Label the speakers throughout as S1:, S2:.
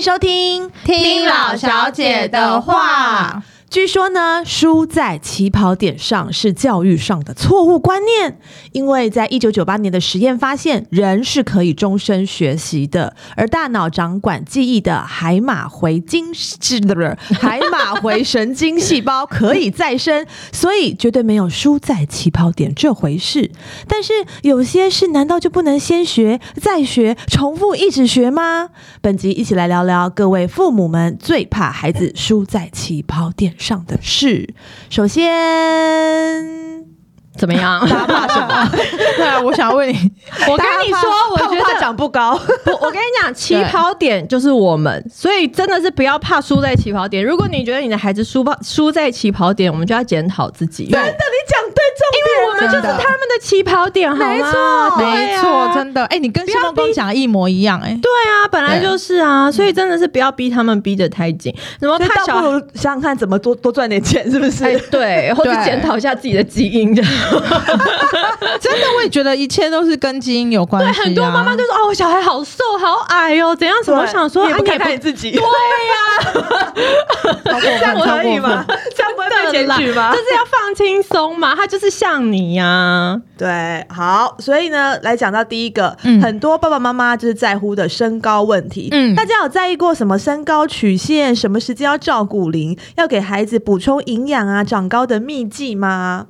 S1: 收听《
S2: 听老小姐的话》。
S1: 据说呢，输在起跑点上是教育上的错误观念，因为在一九九八年的实验发现，人是可以终身学习的，而大脑掌管记忆的海马回精是不是 海马回神经细胞可以再生，所以绝对没有输在起跑点这回事。但是有些事难道就不能先学、再学、重复一直学吗？本集一起来聊聊各位父母们最怕孩子输在起跑点上的事。首先，
S2: 怎么样？
S1: 大家怕什么？
S3: 对，啊我想要问你，
S2: 我跟你说，我
S1: 怕不
S2: 觉
S1: 怕
S2: 得
S1: 长不高？
S2: 我我跟你讲，起跑点就是我们，所以真的是不要怕输在起跑点。如果你觉得你的孩子输跑输在起跑点，我们就要检讨自己。
S3: 对，
S1: 讲对
S2: 因为我们就是
S3: 真的
S2: 他们的起跑点，好吗？
S1: 没错
S2: 对
S3: 没
S2: 啊
S3: 错，真的，哎、你跟谢梦刚讲的一模一样、哎，
S2: 对啊，本来就是啊，所以真的是不要逼他们逼得太紧。什么
S1: 点，
S2: 怕
S1: 那
S2: 小
S1: 倒不
S2: 孩？
S1: 如想想看怎么多多赚点钱，是不是？
S2: 哎，对，或者
S3: 对
S2: 检讨一下自己的基因这样。啊
S3: 真的，我也觉得一切都是跟基因有关系、啊。
S2: 很多妈妈就说：“哦，我小孩好瘦，好矮哦，怎样？”什
S1: 对
S2: 么？我想说，
S1: 你也
S2: 啊
S1: 不
S2: 你
S1: 看
S2: 也不
S1: 看你自己，对，
S3: 超 过
S1: 这样
S3: 分，超
S1: 可以
S3: 过
S1: 吗
S3: 分。？
S1: 这样不会被
S2: 真的
S1: 检
S2: 啦
S1: 举吗
S2: 就？是要放轻松嘛，他就是像你呀、
S1: 对，好，所以呢，来讲到第一个，
S3: 嗯
S1: 很多爸爸妈妈就是在乎的身高问题。
S3: 嗯
S1: 大家有在意过什么身高曲线，什么时间要照骨龄，要给孩子补充营养啊，长高的秘籍吗？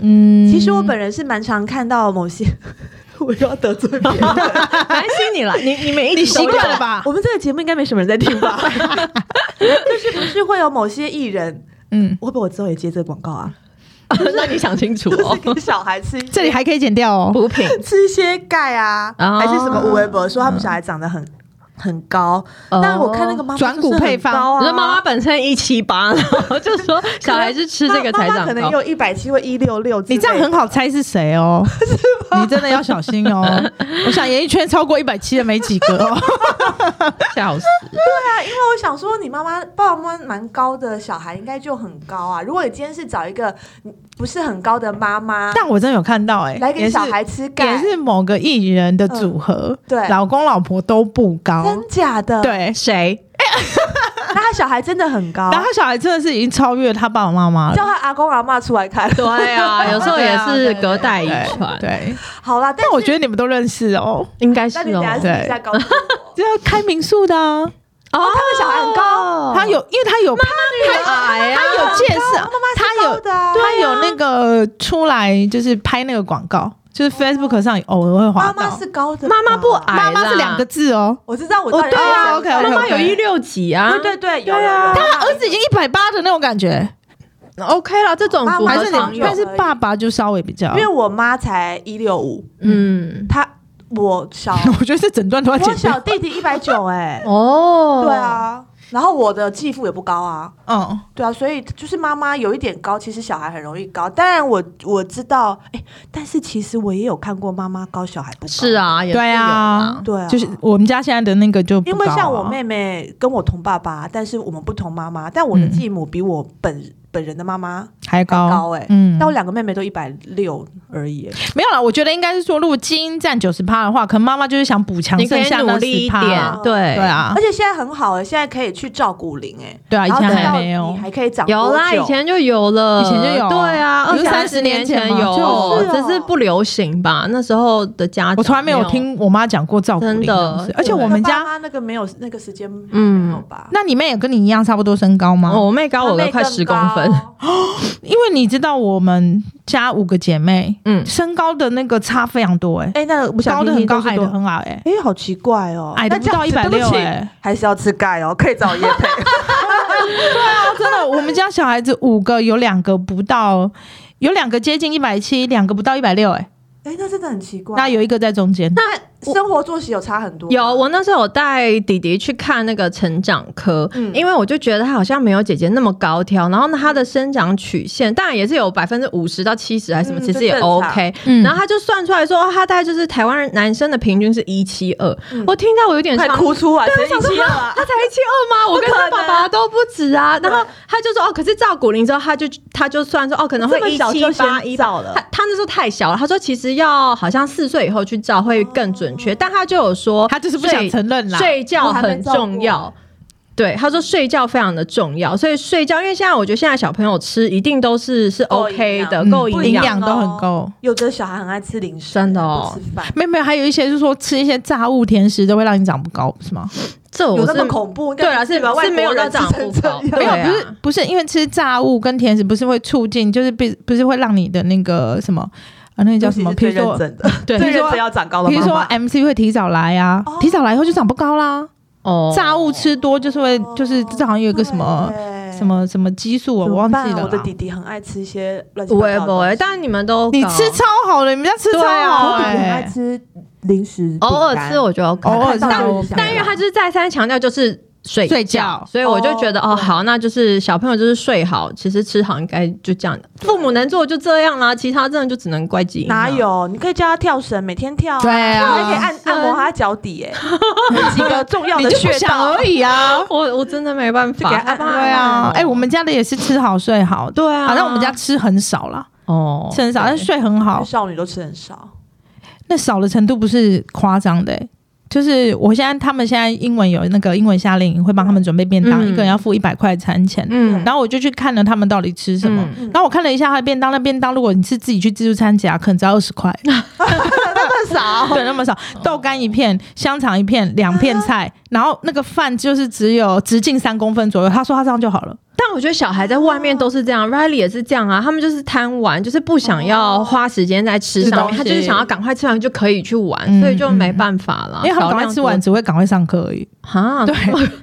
S3: 嗯，
S1: 其实我本人是蛮常看到某些， 我又要得罪别 人。
S2: 反正是你了，你你每一
S3: 你
S2: 集都
S3: 习
S2: 有
S3: 惯了？吧？
S1: 我们这个节目应该没什么人在听吧？ 就是不是会有某些艺人，
S3: 嗯，
S1: 会不会我之后也接这个广告啊？
S2: 那你想清楚
S1: 就是
S2: 哦，
S1: 给小孩吃一些
S3: 这里还可以剪掉哦。
S2: 补品
S1: 吃一些钙啊，
S2: 哦
S1: 还是什么无微博说他们小孩长得很很高，
S2: 哦
S1: 但我看那个妈妈
S3: 转骨配方
S1: 就是很高啊
S2: 你说妈妈本身一七八，然后就说小孩是吃这个才
S1: 妈妈
S2: 长
S1: 可能
S2: 高。
S1: 有一百七或一六六，
S3: 你这样很好猜是 谁哦，你真的要小心哦。我想演艺圈超过一百七的没几个 哦。
S2: 笑死！
S1: 啊，因为我想说，你妈妈爸爸妈妈蛮高的小孩应该就很高啊。如果你今天是找一个不是很高的妈妈
S3: 但我真的有看到、哎，
S1: 来给
S3: 也是
S1: 小孩吃钙，
S3: 也是某个艺人的组
S2: 嗯
S3: 合，
S1: 对
S3: 老公老婆都不高，
S1: 真假的，，
S3: 对。
S2: 谁？
S1: 那他小孩真的很高啊
S3: 然，后他小孩真的是已经超越他爸爸妈妈了，
S1: 叫他阿公阿妈出来看。
S2: 对啊，有时候也是隔代遗传，
S3: 对，对
S1: 好啦，但
S3: 但我觉
S1: 得，
S3: 得你们都认识哦，
S2: 啊应该是
S1: 那你等一下
S2: 哦
S1: 私。底下告诉我，
S3: 这要开民宿的啊，
S2: 哦，
S1: 他们小孩很高，
S3: 他有，因为他有
S2: 矮呀
S3: 他有介绍，他有
S1: 高的啊，
S3: 他有那个出来就是拍那个广告，就是 Facebook 上偶尔会滑
S1: 哦妈妈
S3: 到
S1: 是，高的，
S2: 妈妈不矮啦
S3: 妈妈是两个字哦，
S1: 我知道，我知道
S3: 哦对啊
S1: 有两个
S3: ，OK，OK，OK
S2: 妈妈有一六几啊
S1: 对，对对，有
S2: 对啊
S1: 有有
S3: 他儿子已经一百八的那种感觉，
S2: ，OK 了，这种
S1: 妈妈
S2: 符
S3: 还
S2: 合
S3: 是
S1: 我常
S3: 你，
S2: 常
S1: 有
S2: 用。
S3: 但是爸爸就稍微比较
S1: 因，为我妈才一六五，
S2: 嗯，
S1: 她我 小
S3: 我觉得这整段都要
S1: 我
S3: 剪
S1: 小
S3: 掉，
S1: 弟弟一百九 哎，
S2: 哦，
S1: 对，啊，然后我的继父也不高啊，
S3: 嗯，
S1: 对啊，所以就是妈妈有一点高，其实小孩很容易高。当然我我知道，哎，但是其实我也有看过妈妈高，小孩不高，
S2: 是，啊，也是
S3: 对
S2: 有
S3: 啊
S2: 啦，
S1: 对啊，
S3: 就是我们家现在的那个就不
S1: 因为
S3: 高啊
S1: 像我妹妹跟我同爸爸，但是我们不同妈妈，但我的
S3: 嗯
S1: 继母比我本本人的妈妈
S3: 还高
S1: 高哎、
S3: 嗯
S1: 但我两个妹妹都一百六而已、欸。
S3: 没有啦，我觉得应该是说，如果基因占九十趴的话，可能妈妈就是想补强
S2: 你可以
S3: 剩下
S2: 努
S3: 那
S2: 力一
S3: 十
S2: 点
S3: 趴。，
S2: 对
S3: 对，啊
S1: 而，且现在很好哎、现在可以去照骨龄哎、
S3: 对啊，以
S1: 然后
S3: 前
S1: 等到
S3: 还没有
S1: 你。还可以长
S2: 有啦，
S1: 多久
S2: 以前就有了，
S3: 以前就有
S2: 对啊，
S3: 比
S2: 二
S3: 如
S2: 三
S3: 30
S2: 年
S3: 年前
S2: 前
S3: 嘛
S2: 有
S1: 就是，哦
S2: 只是不流行吧？那时候的家长，
S3: 我从来没有，听我妈讲过照顾
S2: 真
S3: 龄
S2: 的
S3: 的事，而且我们
S1: 爸
S3: 家，
S1: 妈那个没有那个时间，
S2: 嗯
S1: 嗯，没有吧？
S3: 那你妹也跟你一样差不多身高吗？
S2: 哦我妹高我
S1: 她
S2: 个
S1: 妹
S2: 快
S1: 更
S2: 十公分，
S1: 高
S3: 因为你知道我们家五个姐妹，
S2: 嗯，
S3: 身高的那个差非常多、 哎、
S1: 哎、那我想
S3: 高的
S1: 听
S3: 很
S1: 听
S3: 高，
S1: 都是
S3: 矮
S1: 多
S3: 的很矮、哎，
S1: 哎、好奇怪哦，
S3: 矮的不到
S1: 那
S3: 一
S1: 这样子
S3: 百
S1: 对
S3: 六，
S1: 不起
S3: 哎，
S1: 还是要吃钙哦，可以找叶 培。
S3: 啊真的，我们家小孩子五个有两个不到，有两个接近一百七，两个不到一百六，哎，
S1: 哎、那真的很奇怪。
S3: 那有一个在中间，
S2: 那
S1: 生活作息有差很多吗，
S2: 有，我那时候有带弟弟去看那个成长科，
S1: 嗯
S2: 因为我就觉得他好像没有姐姐那么高挑，然后呢，他的生长曲线当然也是有百分之五十到七十还是什么，
S1: 嗯
S2: 其实也
S1: 这正常
S2: OK、
S3: 嗯
S2: 然后他就算出来说，哦他大概就是台湾人男生的平均是一七二
S1: 嗯，
S2: 我听到我有点
S1: 快
S2: 伤
S1: 哭出来，
S2: 对，我
S1: 谁
S2: 想
S1: 一
S2: 说
S1: 七二啊
S2: 他？他才一七二吗？我跟他爸爸都不止啊。然后他就说哦，可是照骨龄之后，他就他就算说哦，可能会
S1: 这么
S2: 一
S1: 小
S2: 七
S1: 就
S2: 八
S1: 先
S2: 一
S1: 照了
S2: 他他那时候太小了，他说其实要好像四岁以
S1: 哦
S2: 后去照会更准确，但他就有说
S3: 他就是不想
S2: 睡
S3: 承认啦
S2: 睡觉很重要。对，他说睡觉非常的重要，所以睡觉，因为现在我觉得现在小朋友吃一定都是是
S1: 够
S2: OK 的，
S3: 嗯
S1: 营养
S2: 够
S1: 不
S2: 营
S1: 一
S3: 营
S1: 样
S2: 养。
S3: 养都很够。
S1: 有的小孩很爱吃零食，
S2: 真的哦
S1: 不吃饭，
S3: 没有没有，还有一些就是说吃一些炸物甜食都会让你长不高，是吗？
S2: 这我
S1: 有
S2: 是
S1: 那么恐怖？
S2: 对啦是
S1: 吧？
S2: 是没有到长不高
S3: 没
S2: 对
S3: 有，
S2: 啊
S3: 不是不是，因为吃炸物跟甜食不是会促进，就是不不是会让你的那个什么啊，那个叫什么？
S1: 最
S3: 比如
S1: 认
S3: 说，
S1: 真的，
S3: 对，
S1: 最
S3: 比如
S1: 认
S3: 说
S1: 真要长高的
S3: 比如
S1: 妈
S3: 说哎
S1: 妈，
S3: MC 会提早来啊，
S1: 哦
S3: 提早来以后就长不高啦。
S2: 哦
S3: 炸物吃多就是会，就是这好像有一个什么
S1: 哦对
S3: 什么什么激素，啊我
S1: 怎么
S3: 忘记
S1: 办啊
S3: 了
S1: 我的
S3: 啦。
S1: 弟弟很爱吃一些乱七
S2: 不
S1: 八糟
S2: 会
S1: 的
S2: 不
S1: 东
S2: 会，
S1: 西，
S2: 欸但是你们都
S3: 你
S2: 搞
S3: 吃超好的，你们家吃超好
S1: 我弟弟很爱
S3: 哎，
S1: 吃零食，
S2: 偶尔
S1: 饼干
S2: 吃，我觉得 OK，
S3: 偶尔吃
S1: 看到就
S3: 我
S1: 是想
S2: 但因为他就是再三强调就是睡
S3: 睡觉
S2: 所以我就觉得
S1: 哦
S2: 哦好，那就是小朋友就是睡好，其实吃好应该就这样，父母能做就这样啦，其他真的就只能怪基因啊。
S1: 哪有？你可以叫他跳绳，每天跳啊，
S3: 对啊
S1: 你还可以按按摩他的脚底， 哎，几个重要
S3: 你
S1: 的
S3: 就不
S1: 穴
S3: 想
S1: 道
S3: 而已啊。
S2: 我我真的没办
S1: 就给他
S2: 法。
S1: 按
S3: 对啊，哎、我们家的也是吃好睡好，
S2: 对啊
S3: 反正我们家吃很少啦，
S2: 哦
S3: 吃很少，但
S2: 对
S3: 是睡很好，
S1: 少女都吃很少，
S3: 那少的程度不是夸张的、欸就是我现在他们现在英文有那个英文夏令营，会帮他们准备便当，
S2: 嗯
S3: 一个人要付一百块餐钱。
S2: 嗯
S3: 然后我就去看了他们到底吃什么。
S1: 嗯
S3: 然后我看了一下他的便当，那便当如果你是自己去自助餐夹，可能只要二十块，哦
S1: 那么少，
S3: 对，那么少。豆干一片，香肠一片，两片菜，然后那个饭就是只有直径三公分左右。他说他这样就好了。
S2: 但我觉得小孩在外面都是这样、r i l e y 也是这样啊，他们就是贪玩，就是不想
S3: 哦
S2: 要花时间在吃上面，
S3: 吃东西
S2: 他就是想要赶快吃完就可以去玩，
S3: 嗯
S2: 所以就没办法了。
S3: 因为他们赶快吃完，只会赶快上课而已。
S2: 啊，
S3: 对，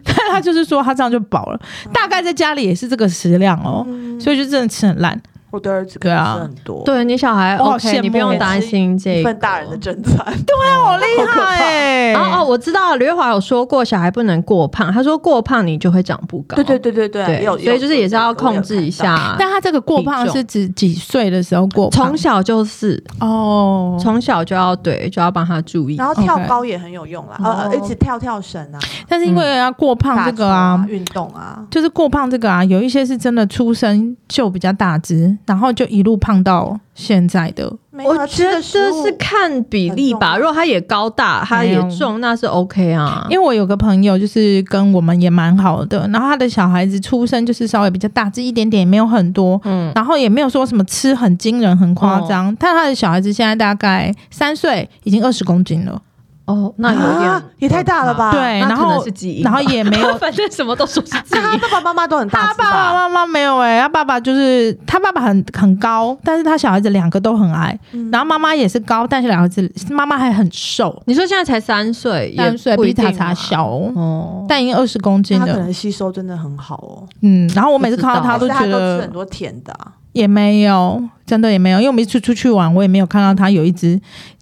S3: 但他就是说他这样就饱了，大概在家里也是这个食量哦，所以就真的吃很烂。
S1: 我的儿子可
S3: 对
S1: 以
S3: 啊
S1: 吃很多，，
S2: 对你小孩
S3: 我好
S2: OK，
S3: 哦羡慕欸
S2: 你不用担心这
S1: 一
S2: 个
S1: 份大人的。正餐，
S3: 哇，啊好厉害哎、
S2: 然后哦，我知道刘月华有说过，小孩不能过胖。他说过胖你就会长不高。
S1: 对对对对对
S2: 对，
S1: 也有，
S2: 所以就是也是要控制一
S1: 我有看到。
S2: 下。
S3: 但他这个过胖是指几岁的时候过胖？
S2: 从小就是，
S3: 哦，
S2: 从小就要对，就要帮他注意。
S1: 然后跳
S3: OK
S1: 高也很有用啦，呃，
S2: 哦
S1: 一直跳跳绳啊，
S3: 但是因为要过胖这个
S1: 打
S2: 嗯
S1: 球
S3: 啊
S1: 啊，，运动啊，
S3: 就是过胖这个啊，有一些是真的出生就比较大只，然后就一路胖到现在的。
S1: 没有
S2: 我
S1: 啊
S2: 觉
S1: 吃
S2: 得
S1: 的食物
S2: 是看比例
S1: 很
S2: 吧，
S1: 重要
S2: 如果他也高大，他也重，那是 OK 啊。
S3: 因为我有个朋友，就是跟我们也蛮好的，然后他的小孩子出生就是稍微比较大只一点点，也没有很多，
S2: 嗯，哦
S3: 然后也没有说什么吃很惊人、很夸张，但他的小孩子现在大概三岁，已经二十公斤了，
S2: 哦，那有点、
S1: 啊也太大了吧？
S3: 对
S2: 那
S3: 哎然
S2: 可
S3: 后
S2: 能是基因吧，
S3: 然后也没 有。
S2: 反正什么都说是基
S1: 那他
S2: 因。
S1: 爸爸妈妈都很大
S3: 他
S1: 只
S3: 爸爸
S1: 吧？
S3: 妈妈没有哎、他爸爸就是他爸爸很很高，但是他小孩子两个都很矮，
S1: 嗯
S3: 然后妈妈也是高，但是两个子妈妈还很瘦，
S2: 你说现在才三岁，也
S3: 三岁
S2: 不一
S3: 比塔
S2: 定
S3: 塔
S2: 嘛
S3: 小哦，
S2: 哦。
S3: 但已经二十公斤
S1: 他可
S3: 了。
S1: 能吸收真的很好哦，
S3: 嗯，然后我每次
S2: 不知道
S3: 看到他
S1: 还
S3: 都
S1: 是
S3: 觉
S1: 他都吃
S3: 得
S1: 很多甜的啊。
S3: 也没有，真的也没有，因为我们一次出去玩，我也没有看到他有一只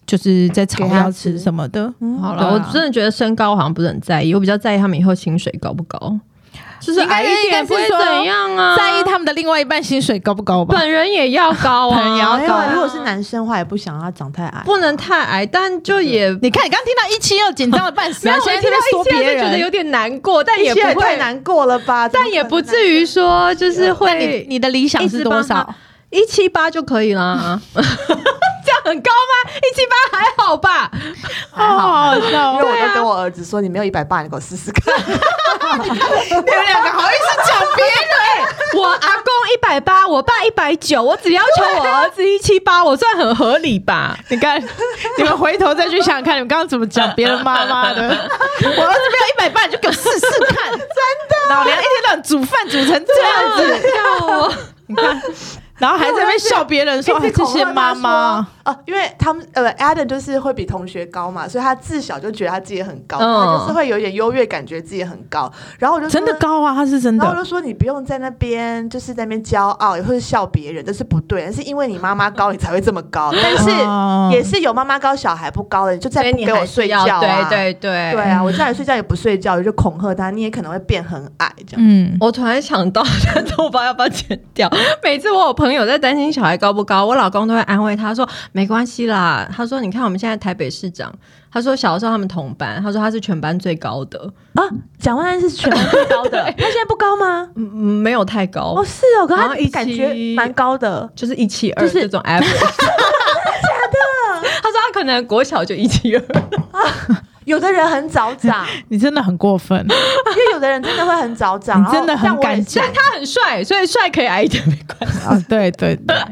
S3: 就是在吵
S1: 给他
S3: 要
S1: 吃
S3: 吃什么的。
S1: 嗯
S2: 好
S3: 对
S2: 了，
S3: 啊
S2: 我真的觉得身高好像不是很在意，我比较在意他们以后薪水高不高，就是
S3: 应该
S2: 矮一
S3: 应该
S2: 点
S3: 是
S2: 不会
S3: 说
S2: 怎样啊，
S3: 在意他们的另外一半薪水高不高吧？
S2: 本人也要高
S3: 本人
S2: 啊，
S3: 也要
S1: 没
S3: 高
S1: 有啊，
S3: 啊
S1: 如果是男生的话，也不想让他长太矮，
S2: 不能太矮，但就也
S3: 你看，你刚刚听到一七二，紧张的半死
S2: 没
S3: 啊！
S2: 有，我
S3: 现在
S2: 听
S3: 这边
S2: 到一
S3: 说
S2: 切
S3: 别
S2: 就觉得
S3: 人，
S2: 有点难过，但也
S1: 一些
S2: 不
S1: 太
S2: 会，
S1: 难过了吧？
S2: 但也不至于说就是会
S3: 你你的理想是多少？
S2: 一七八就可以 啦，这样很高吗？一七八还好吧？
S1: 还
S3: 哎
S1: 好，
S2: 哦
S1: 哦
S3: 好笑哦
S1: 因为我
S2: 啊
S1: 都跟我儿子说，你没有一百八，你给我试试 看。
S3: 你们两个好意思讲别
S2: 我阿公一百八，我爸一百九，我只要求我儿
S3: 啊
S2: 子一七八，我算很合理吧？
S3: 你看，你们回头再去想想看，你们刚刚怎么讲别人妈妈 的？我儿子没有一百八，你就给我试试看， 真的，啊老娘一天到晚煮饭煮成这样子，
S2: 哦，
S3: 你看，然后还在那边笑别人说
S1: 一
S3: 哎
S1: 直
S3: 这
S1: 恐
S3: 些
S1: 吓
S3: 妈
S1: 他说
S3: 妈，
S1: 呃，因为他们呃，Adam 就是会比同学高嘛，所以他自小就觉得他自己很高，
S2: 嗯
S1: 他就是会有一点优越感，觉得自己很高。然后我就说
S3: 真的。高啊，他是真
S1: 然后我
S3: 的，
S1: 就说你不用在那边，就是在那边骄傲，或者笑别人，这是不对的。是因为你妈妈高，你才会这么 高。但是
S3: 哦
S1: 也是有妈妈高小孩不高的，你就再
S2: 所以
S1: 不
S2: 你
S1: 给
S2: 还
S1: 我
S2: 是
S1: 睡觉
S2: 要
S1: 啊！
S2: 对对对
S1: 对啊，我叫你睡觉也不睡觉，我就恐吓他，你也可能会变很矮这样。
S3: 嗯，
S2: 我突然想到，但是我不知道要不要剪掉。每次我有朋友在担心小孩高不高，我老公都会安慰他说：“没关系啦。”他说：“你看我们现在台北市长，他说小的时候他们同班，他说他是全班最高的，
S1: 啊，蒋万安是全班最高 的，他现在不高吗？
S2: 嗯，嗯没有太高，
S1: 哦，是哦，可
S2: 好
S1: 他
S2: 像一
S1: 感
S2: 七
S1: 觉蛮高的。
S2: 就是一七
S1: 就
S2: 二
S1: 是
S2: 这 种 average。”假的？他说他可能国小就一七二，
S1: 有的人很早长，
S3: 你真的很过分，
S1: 因为有的人真的会很早长，
S3: 你
S1: 然后
S3: 真的很
S1: 像我也
S3: 敢
S1: 是
S3: 讲
S2: 但 他很帅，所以帅可以矮一点没关系，
S3: 啊！对对对，但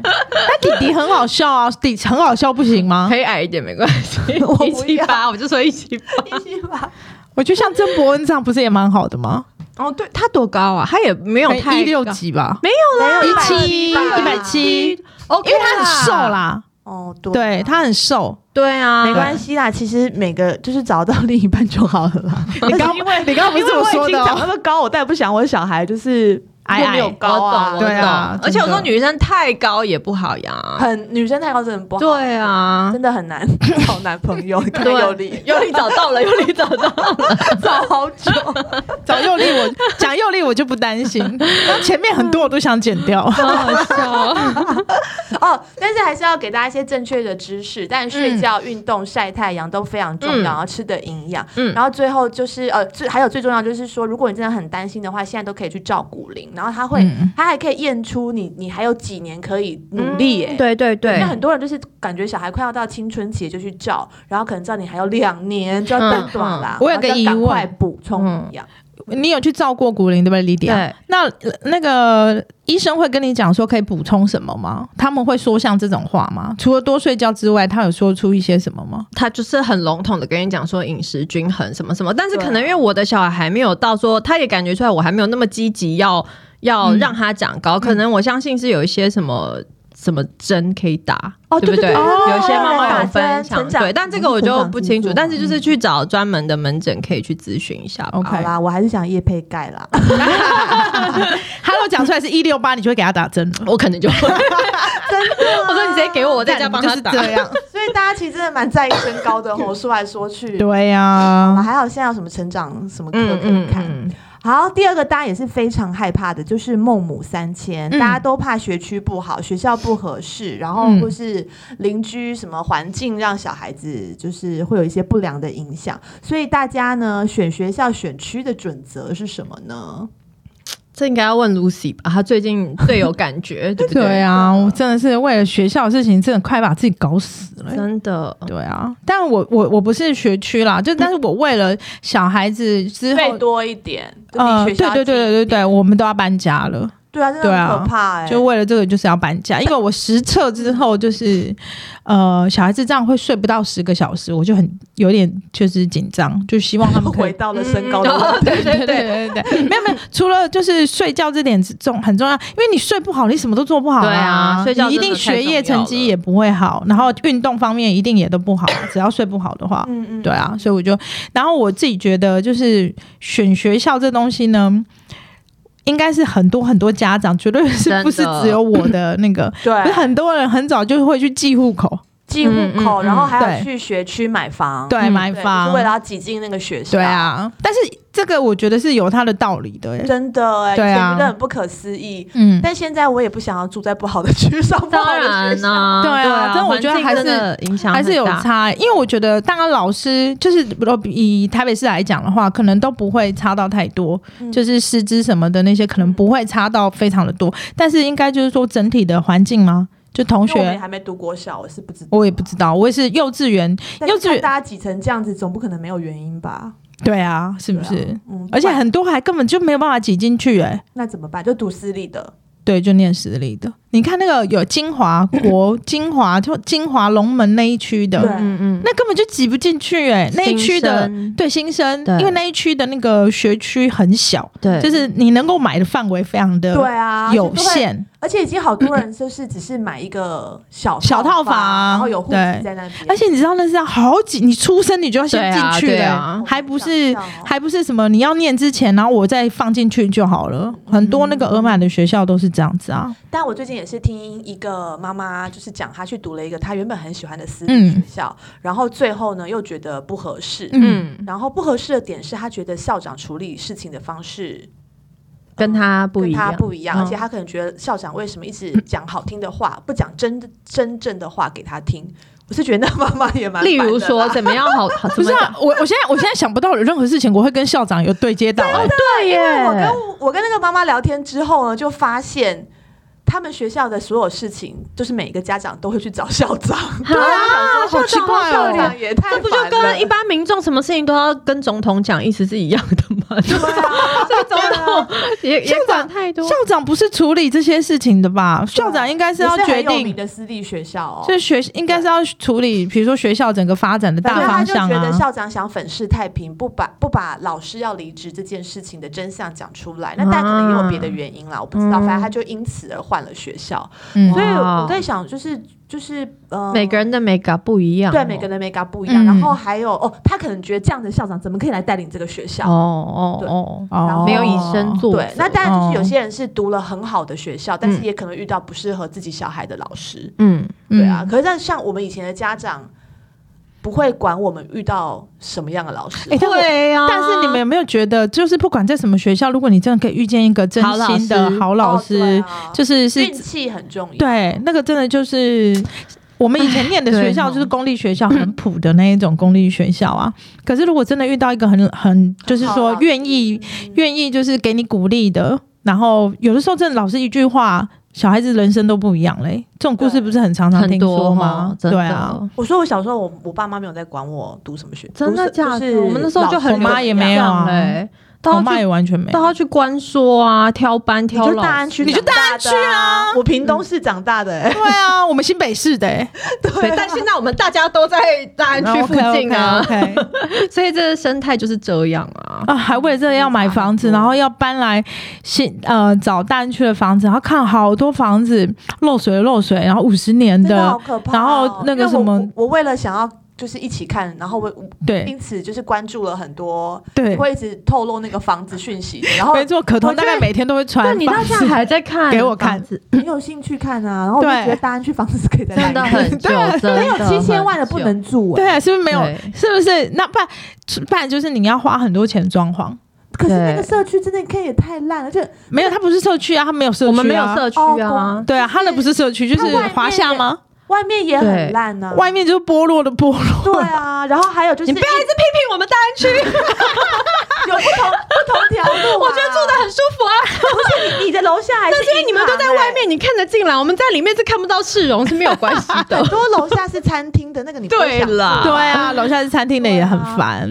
S3: 弟弟很好笑啊，弟很好笑不行吗？
S2: 可以矮一点没关系。
S1: 啊 我不要
S2: 一七八，我就说一七 八。
S1: 一起 吧。
S3: 我觉得像曾伯恩这样不是也蛮好的吗？
S2: 哦，对他多高啊？他也没有太
S3: 一六
S2: 高，
S3: 几吧，
S2: 没有啦，
S1: 没有
S3: 170
S1: 吧
S3: 170
S2: OK，
S3: 因为他很瘦
S2: 啦。
S3: 啦，
S1: 哦，对
S3: 对他很瘦。
S2: 对啊，
S1: 没关系啦，其实每个就是找到另一半就好了啦。
S3: 你刚 你刚刚不是这么说的
S1: 因为我已经长那
S3: 哦？
S1: 么高，我当然不想我的小孩就是
S3: 矮矮
S1: 没有
S2: 我
S1: 高啊，
S2: 懂，
S3: 对啊
S2: 我懂而且我
S3: 真的
S2: 说女生太高也不好呀。
S1: 很女生太高真的很不好，
S2: 对 啊，
S1: 真的很难找男朋 友，太
S2: 对
S1: 有理，
S2: 有理找到了，有理找到了。
S1: 找好久。
S3: 找右力我 讲右力我就不担心，但前面很多我都想剪掉。
S2: 好笑。
S1: 哦，但是还是要给大家一些正确的知识，但睡觉、运动、晒太阳都非常重要，
S2: 嗯
S1: 然后吃的营养，
S2: 嗯
S1: 然后最后就是呃，最还有最重要就是说，如果你真的很担心的话，现在都可以去照骨龄，然后他会、
S3: 嗯
S1: 他还可以验出你你还有几年可以努力嗯耶、
S2: 嗯对对对
S1: 那很多人就是感觉小孩快要到青春期就去照，然后可能照你还有两年就要断短啦。
S3: 嗯我有个
S1: 然后就要赶
S3: 疑问
S1: 快补充营养。
S3: 你有去照过骨龄对不对，莉迪亚？
S2: 对
S3: 那呃那个医生会跟你讲说可以补充什么吗？他们会说像这种话吗？除了多睡觉之外，他有说出一些什么吗？
S2: 他就是很笼统的跟你讲说饮食均衡什么什么，但是
S1: 对啊
S2: 可能因为我的小孩还没有到说，他也感觉出来我还没有那么积极要要让他长高，可能我相信是有一些什么。什么针可以打？
S1: 哦
S2: 对不
S1: 对对对
S2: 有些妈妈有分
S1: 打
S2: 享
S1: 针，
S2: 对，但这个我就不清楚。
S1: 成长激素
S2: 但是就是去找专门的门诊可以去咨询一下吧。
S3: OK
S1: 好啦，我还是想叶配钙啦。
S3: 他如果讲出来是一六八，你就会给他打针了。
S2: 我可能就 会
S1: 真的啊
S2: 我说你直接给我，我在家
S3: 干
S2: 帮
S3: 就
S2: 他
S3: 是
S2: 打。
S3: 这样。
S1: 所以大家其实真的蛮在意身高的吼，说来说去。
S3: 对呀、
S1: 啊，还有现在有什么成长什么课可以看？
S2: 嗯，
S1: 好，第二个大家也是非常害怕的，就是孟母三迁，
S2: 嗯
S1: 大家都怕学区不好，学校不合适，然后
S3: 嗯
S1: 或是邻居什么环境让小孩子就是会有一些不良的影响，所以大家呢选学校选区的准则是什么呢？
S2: 这应该要问 Lucy 吧，她最近最有感觉，对不对？
S3: 对啊，我真的是为了学校的事情，真的快把自己搞死了欸、
S2: 真的，
S3: 对啊，但我我我不是学区啦，就但是我为了小孩子之后，
S1: 多一点，
S3: 呃，对对对对对对，我们都要搬家了，
S1: 对啊，真的
S3: 对
S1: 很
S3: 啊
S1: 可怕哎、
S3: 就为了这个就是要搬家，因为我实测之后就是，呃，小孩子这样会睡不到十个小时，我就很有点就是紧张，就希望他
S1: 又
S3: 们可以
S1: 回到了身高的
S2: 嗯
S1: 问题。
S2: 对对
S3: 对
S2: 对。
S3: 对对对，没有没有，除了就是睡觉这点重很重要，因为你睡不好，你什么都做不好、
S2: 对啊睡觉
S3: 你一定学业成绩也不会好，然后运动方面一定也都不好，只要睡不好的话，
S1: 嗯嗯，
S3: 对啊，所以我就，然后我自己觉得就是选学校这东西呢。应该是很多很多家长，绝对是
S2: 真的
S3: 不是只有我的那个？
S1: 对
S3: 不是很多人很早就会去记户口，
S1: 寄户口，
S2: 嗯嗯嗯
S1: 然后还要
S3: 对
S1: 去学区买房，
S3: 对，
S2: 嗯
S3: 买
S1: 对
S3: 房，
S1: 就是为了要挤进那个学校。
S3: 对，啊。但是这个我觉得是有它的道理的、欸，
S1: 真的哎、
S3: 对
S1: 以前
S3: 啊
S1: 觉得很不可思议。
S3: 嗯，
S1: 但现在我也不想要住在不好的区 上，不好
S2: 当
S1: 的
S2: 然
S1: 学
S2: 呢、
S1: 校。
S3: 对啊但我
S2: 环
S3: 觉得
S2: 境
S3: 还是
S2: 真的影响
S3: 还是
S2: 很
S3: 有
S2: 大。
S3: 差，因为我觉得当然老师就是呃以台北市来讲的话，可能都不会差到太多，
S1: 嗯
S3: 就是师资什么的那些可能不会差到非常的多，但是应该就是说整体的环境吗？就同
S1: 因为我们也
S3: 学。
S1: 还没读国小，我是不知道。
S3: 我也不知道，我也是幼稚园，
S1: 但是
S3: 幼稚园
S1: 看大家挤成这样子，总不可能没有原因吧？
S3: 对啊，是不
S1: 对
S3: 是
S1: 啊？嗯，
S3: 而且
S1: 不管
S3: 很多还根本就没有办法挤进去、欸，
S1: 那怎么办？就读私立的，
S3: 对，就念私立的。你看那个有金华 国、金华就金华龙门那一区的，
S1: 对
S2: 嗯嗯，
S3: 那根本就挤不进去、欸，那一区的
S2: 新生
S3: 对新生，
S2: 对
S3: 因为那一区的那个学区很小，
S2: 对，
S3: 就是你能够买的范围非常
S1: 对
S3: 的
S1: 啊，
S3: 呃有
S1: 就都会。
S3: 限，
S1: 而且已经好多人就是只是买一个小
S3: 小套
S1: 房，
S3: 房
S1: 然后有户籍
S3: 对
S1: 在那边，
S3: 而且你知道那是要好几，你出生你就要
S2: 对
S3: 先
S2: 啊
S3: 进去
S2: 对
S3: 了、
S2: 啊
S3: 还不是
S1: 我想象哦
S3: 还不是什么你要念之前，然后我再放进去就好了。很多那个额满的学校都是这样子啊，
S1: 但我最近也是听一个妈妈，就是讲她去读了一个她原本很喜欢的私立
S3: 嗯
S1: 学校，然后最后呢又觉得不合适。
S3: 嗯，
S2: 嗯，
S1: 然后不合适的点是，她觉得校长处理事情的方式
S2: 跟他不
S1: 跟
S2: 一
S1: 她
S2: 样，
S1: 不一样，
S2: 嗯
S1: 而且她可能觉得校长为什么一直讲好听的话，不讲真真正的话给她听。我是觉得那妈妈也蛮烦的啦，
S2: 例如说怎么样好好，
S3: 不
S2: 怎
S3: 是
S2: 么
S3: 啊
S2: 讲？，
S3: 我我现在我现在想不到有任何事情我会跟校长有对接到、欸，
S2: 对耶，
S1: 我跟我跟那个妈妈聊天之后呢，就发现他们学校的所有事情，就是每个家长都会去找校长。对
S3: 啊，好奇怪
S1: 校
S3: 哦
S1: 长。也太
S2: 这不就
S1: 烦了
S2: 跟一般民众什么事情都要跟总统讲意思是一样的吗？ 就
S1: 对啊
S2: 所以总统也也管太多
S3: 校。长不是处理这些事情的吧？校长应该是要
S1: 啊也
S3: 决
S1: 很有名
S3: 定，
S1: 的私立学校哦。
S3: 所以学应该是要处理，比如说学校整个发展的大
S1: 对
S3: 方向
S1: 他就觉得
S3: 啊。
S1: 校长想粉饰太平，不把不把老师要离职这件事情的真相讲出来。那但可能也有别
S3: 啊
S1: 的原因啦，我不知道。反正他就因此而换了学校。
S3: 嗯
S1: 所以
S2: 哇
S1: 我在想，就是就是呃，
S2: 每个人的美感不一样哦，
S1: 对每个人的 make up 不一样。
S3: 嗯
S1: 然后还有哦，他可能觉得这样的校长怎么可以来带领这个学校？
S2: 哦哦
S1: 然
S3: 哦
S1: 后
S2: 哦，没有以身作则
S1: 对，那当然就是有
S3: 哦
S1: 些人是读了很好的学校，但是
S2: 嗯
S1: 也可能遇到不适合自己小孩的老师。
S2: 嗯
S1: 对啊，
S3: 嗯
S1: 可是但像我们以前的家长，不会管我们遇到什么样的老师。
S3: 哎但我
S2: 对
S1: 啊
S2: 呀，
S3: 但是你们有没有觉得，就是不管在什么学校，如果你真的可以遇见一个真
S2: 好老
S3: 心的
S2: 师
S3: 好老师，
S1: 哦对啊
S3: 就是是
S1: 运气很重要。
S3: 对那个真的就是我们以前念的
S2: 对
S3: 学校，
S2: 哦
S3: 就是公立学校，很普的那一种公立学校啊。可是如果真的遇到一个很很，就是
S1: 好
S3: 说
S1: 老师
S3: 愿意
S1: 嗯
S3: 愿意就是给你鼓励的，然后有的时候真的老师一句话。小孩子人生都不一样嘞、这种故事
S1: 对
S3: 不是很常常
S2: 很
S3: 听
S2: 多
S3: 说
S2: 嘛
S3: 吗？，
S2: 真的
S3: 对啊，，
S1: 我说我小时候我，我爸妈没有在管我读什么学，
S2: 真的
S1: 读什
S2: 假
S1: 就是
S2: 的？我们那时候就很
S1: 老师
S3: 我妈也没
S1: 怎么
S3: 有
S1: 样
S3: 啊
S2: 嘞，欸都
S3: 我
S2: 要
S3: 妈也
S2: 去
S3: 完全没有
S2: 都。要去关说啊，挑班
S1: 你
S2: 挑
S1: 就
S2: 老
S1: 大安
S2: 师
S1: 区，
S3: 你就
S1: 大安区啊！我屏东市长大的、欸，
S3: 对啊，我们新北市的、欸，
S2: 对，但现在我们大家都在大 安区附近啊
S3: OK，OK，OK
S2: 所以这个生态就是这样啊。
S3: 啊，还为了这个要买房
S2: 嗯
S3: 子，然后要搬来新呃找大安区的房子，然后看好多房子漏水漏水，然后五十年
S1: 真的好
S3: 的，
S1: 可怕哦、
S3: 然后那
S1: 因
S3: 个
S1: 为我
S3: 什么
S1: 我，我为了想要就是一起看，然后我我
S3: 对
S1: 因此就是关注了很多，
S3: 对，
S1: 会一直透露那个房子讯息，然后
S3: 没错，可彤
S1: 我觉
S3: 大
S1: 得
S3: 概每天都会
S2: 那
S3: 穿
S2: 你到
S3: 房
S2: 现在
S3: 子，
S2: 还在看？
S3: 给我看
S2: 房子
S1: 很有兴趣看啊，然后我就
S3: 对
S1: 觉得大安区房子是可以在
S2: 真的很久，真的
S1: 没有七千万的
S2: 很久
S1: 不能住、欸，
S3: 对，是不是没有？
S2: 对
S3: 是不是？那不然不然就是你要花很多钱装潢，
S1: 可是那个
S2: 对
S1: 社区真的看也太烂了，而且
S3: 没有，它不是社区啊，它没有社区、啊，
S2: 我们没有社区
S1: 哦
S2: 啊，
S3: 对啊，它的不是社区，就
S1: 它
S3: 是
S1: 外面
S3: 华夏吗？
S1: 外面也很烂呢、啊，
S3: 外面就是剥落的剥落，
S1: 对啊，然后还有就是
S2: 你不要一直批评我们大安区，
S1: 有不同不同条路、啊，
S2: 我觉得住的很舒服 啊。
S1: 不是你你的楼下还
S2: 但是因为你们都在外
S1: 银
S2: 面，你看得进来，我们在里面是看不到市容是没有关系
S1: 行欸，很
S2: 的。
S1: 多楼下是餐厅的那个你不会
S2: 对
S1: 想住
S2: 啦
S3: 对啊，楼下是餐厅的也很烦，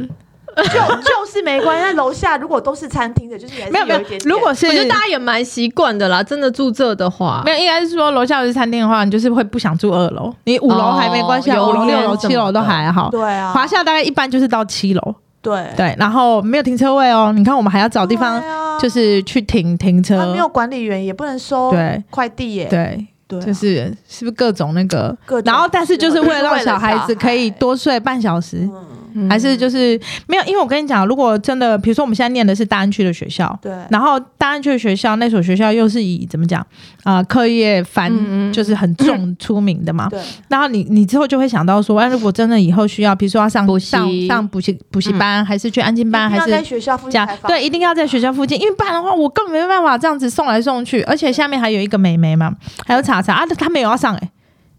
S1: 就
S2: 啊
S1: 就是没关系，那楼下如果都是餐厅的，就是还是
S3: 没有没
S1: 有
S3: 有
S1: 一点，点
S3: 如果是
S2: 我觉得大家也蛮习惯的啦，真的住这的话
S3: 没，有，应该是说楼下有餐厅的话，你就是会不想住二楼，你五楼
S2: 哦
S3: 还没关系啊，
S2: 有
S3: 五楼、
S2: 烟
S3: 六楼、
S2: 什
S3: 七楼
S2: 么
S3: 都
S2: 的
S3: 还好。
S1: 对啊，
S3: 华夏大概一般就是到七楼，
S1: 对
S3: 对，然后没有停车位哦。你看我们还要找地方，
S1: 对啊
S3: 就是去停停
S1: 啊
S3: 车
S1: 没，有管理员也不能收
S3: 对
S1: 快递耶，
S3: 对，
S1: 对啊，
S3: 就是是不是各种那个
S1: 各，种
S3: 然后但是就是为了让小孩子可以
S1: 就是为了小孩
S3: 多睡半小时，
S1: 嗯
S2: 嗯
S3: 还是就是没有，因为我跟你讲，如果真的，比如说我们现在念的是大安区的学校，
S1: 对，
S3: 然后大安区的学校那所学校又是以怎么讲啊、呃课业繁
S2: 嗯嗯
S3: 就是很重出名的嘛，
S1: 对
S3: 然后你你之后就会想到说，哎，如果真的以后需要，比如说要上
S2: 补习
S3: 上上补习补习班，还是去安静班，
S1: 嗯一定
S3: 还
S1: 要在
S3: 是
S1: 学校附近
S3: 家
S1: 开放
S3: 对，一定要在学校附近，因为不然的话，我根本没办法这样子送来送去，而且下面还有一个美眉嘛，还有查查啊，她没有要上哎、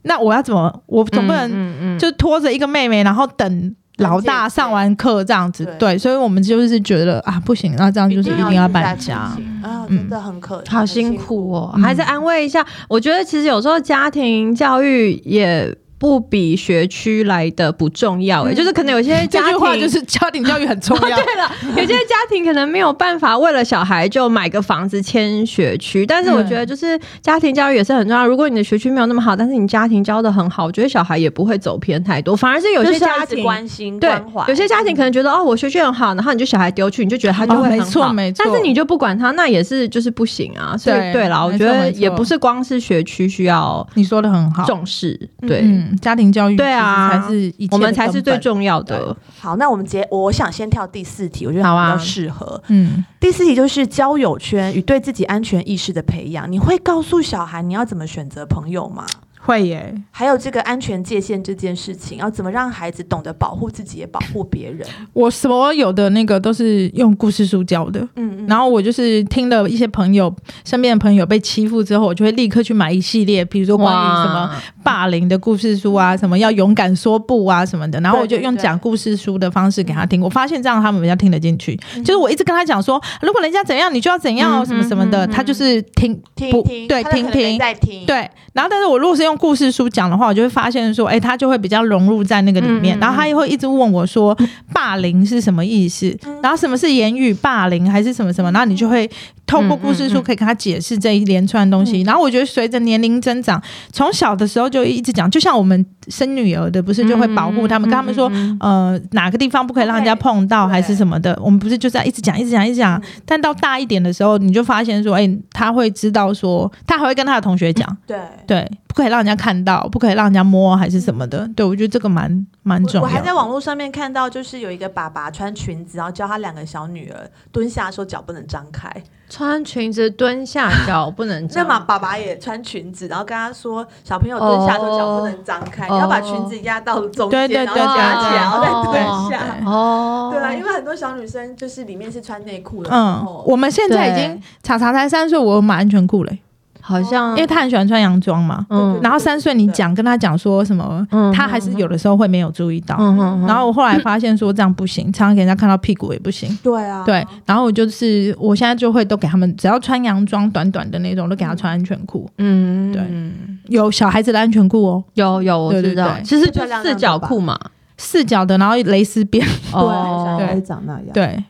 S3: 那我要怎么？我总不能
S2: 能嗯
S3: 就拖着一个妹妹，然后等。老大
S1: 姐姐
S3: 上完课这样子，
S1: 对
S3: 对，所以我们就是觉得啊，不行，那这样就是一定要搬家
S1: 一。定要在附近啊，真的很可
S2: 好辛苦哦，还是
S3: 嗯
S2: 安慰一下。我觉得其实有时候家庭教育也不比学区来的不重要、欸，
S1: 嗯
S2: 就是可能有些
S3: 这
S2: 家
S3: 句
S2: 庭
S3: 话就是家庭教育很重 要。
S2: 对了，有些家庭可能没有办法为了小孩就买个房子迁学区，但是我觉得就是家庭教育也是很重要。如果你的学区没有那么好，但是你家庭教的很好，我觉得小孩也不会走偏太多。反而是有
S1: 就
S2: 些
S1: 是要
S2: 家
S1: 一直
S2: 庭
S1: 关心
S2: 对
S1: 关怀，，
S2: 有些家庭可能觉得哦，我学区很好，然后你就小孩丢去，你就觉得他就
S3: 哦
S2: 会很好，
S3: 没错没错
S2: 但是你就不管他，那也是就是不行啊。所以
S3: 对
S2: 对啦，我
S3: 没
S2: 觉
S3: 错
S2: 得
S3: 没错
S2: 也不是光是学区需要
S3: 你说的很好，
S2: 重视，对、
S3: 嗯，家庭教育
S2: 对啊
S3: 其实才是一切的
S2: 我们才是
S3: 根本
S2: 最重要的。
S1: 好，那我们结，我想先跳第四题，我觉得
S2: 好
S1: 比
S2: 啊
S1: 较适合。
S3: 嗯，
S1: 第四题就是交友圈与对自己安全意识的培养。你会告诉小孩你要怎么选择朋友吗？
S3: 会耶，
S1: 还有这个安全界限这件事情，要怎么让孩子懂得保护自己，也保护别人？
S3: 我所有的那个都是用故事书教的。
S1: 嗯嗯，
S3: 然后我就是听了一些朋友身边的朋友被欺负之后，我就会立刻去买一系列，比如说关于什么
S2: 哇
S3: 霸凌的故事书啊，什么要勇敢说不啊什么的。然后我就
S1: 对对
S3: 用
S1: 对
S3: 讲故事书的方式给他听，我发现这样他们比较听得进去。就是我一直跟他讲说，如果人家怎样，你就要怎样，哦
S2: 嗯
S3: 什么什么的，
S2: 嗯嗯
S3: 他就是听
S1: 听
S3: 不
S1: 一听，
S3: 对
S1: 他可
S3: 听
S1: 能没
S3: 听。
S1: 在听，，
S3: 对，然后但是我如果是用故事书讲的话，我就会发现说，哎、他就会比较融入在那个里面，
S2: 嗯嗯
S3: 然后他也会一直问我说，霸凌是什么意思？
S1: 嗯
S3: 然后什么是言语霸凌，还是什么什么？然后你就会透过故
S2: 嗯
S3: 事书可以跟他解释这一连串的东西。然后我觉得随着年龄增长，从小的时候就一直讲，就像我们生女儿的，不是就会保护他
S2: 嗯
S3: 们，跟他们说。呃，哪个地方不可以让人家碰到，
S1: 对嗯
S3: 还是什么的？我们不是就在一直讲、一直讲、一直讲。但到大一点的时候，你就发现说，哎、他会知道说，他还会跟他的同学讲，
S1: 对。
S3: 对，不可以让人家看到，不可以让人家摸，还是什么的。对，我觉得这个蛮蛮重
S1: 我嗯
S3: 要
S1: 我
S3: 的。
S1: 还在网络上面看到，就是有一个爸爸穿裙子，然后教他两个小女儿蹲下的时候脚不能张开。
S2: 穿裙子蹲下脚不能这
S1: 那
S2: 样
S1: 嘛，爸爸也穿裙子，然后跟他说，小朋友蹲下的时候脚不能张开，你要把裙子压到中间，
S3: 对对
S1: 然后
S3: 对
S1: 夹起来，然后再
S2: 对
S1: 蹲下。
S2: 哦，
S1: 对啊，因为很多小女生就是里面是穿内裤的，然
S3: 嗯
S1: 后，
S3: 我们现在已经查查才三岁，我有买安全裤嘞、
S2: 好像
S3: 因为他很喜欢穿洋装嘛。
S1: 嗯
S3: 然后三岁你讲跟他讲说什么，
S2: 嗯
S3: 他还是有的时候会没有注意到。
S2: 嗯嗯嗯
S3: 然后我后来发现说这样不行，常常给人家看到屁股也不行。
S1: 对啊，
S3: 对，然后我就是我现在就会都给他们，只要穿洋装短短的那种，都给他穿安全裤，
S2: 嗯
S3: 对
S2: 嗯
S3: 有小孩子的安全裤哦，
S2: 有有我
S3: 对对
S2: 知道
S3: 对，
S2: 其实就
S1: 漂亮
S2: 四
S1: 亮的
S2: 角
S1: 吧
S2: 裤嘛，
S3: 四角的，然后蕾丝边，
S2: 哦
S4: 对，
S3: 对
S4: 会长那样。
S3: 对，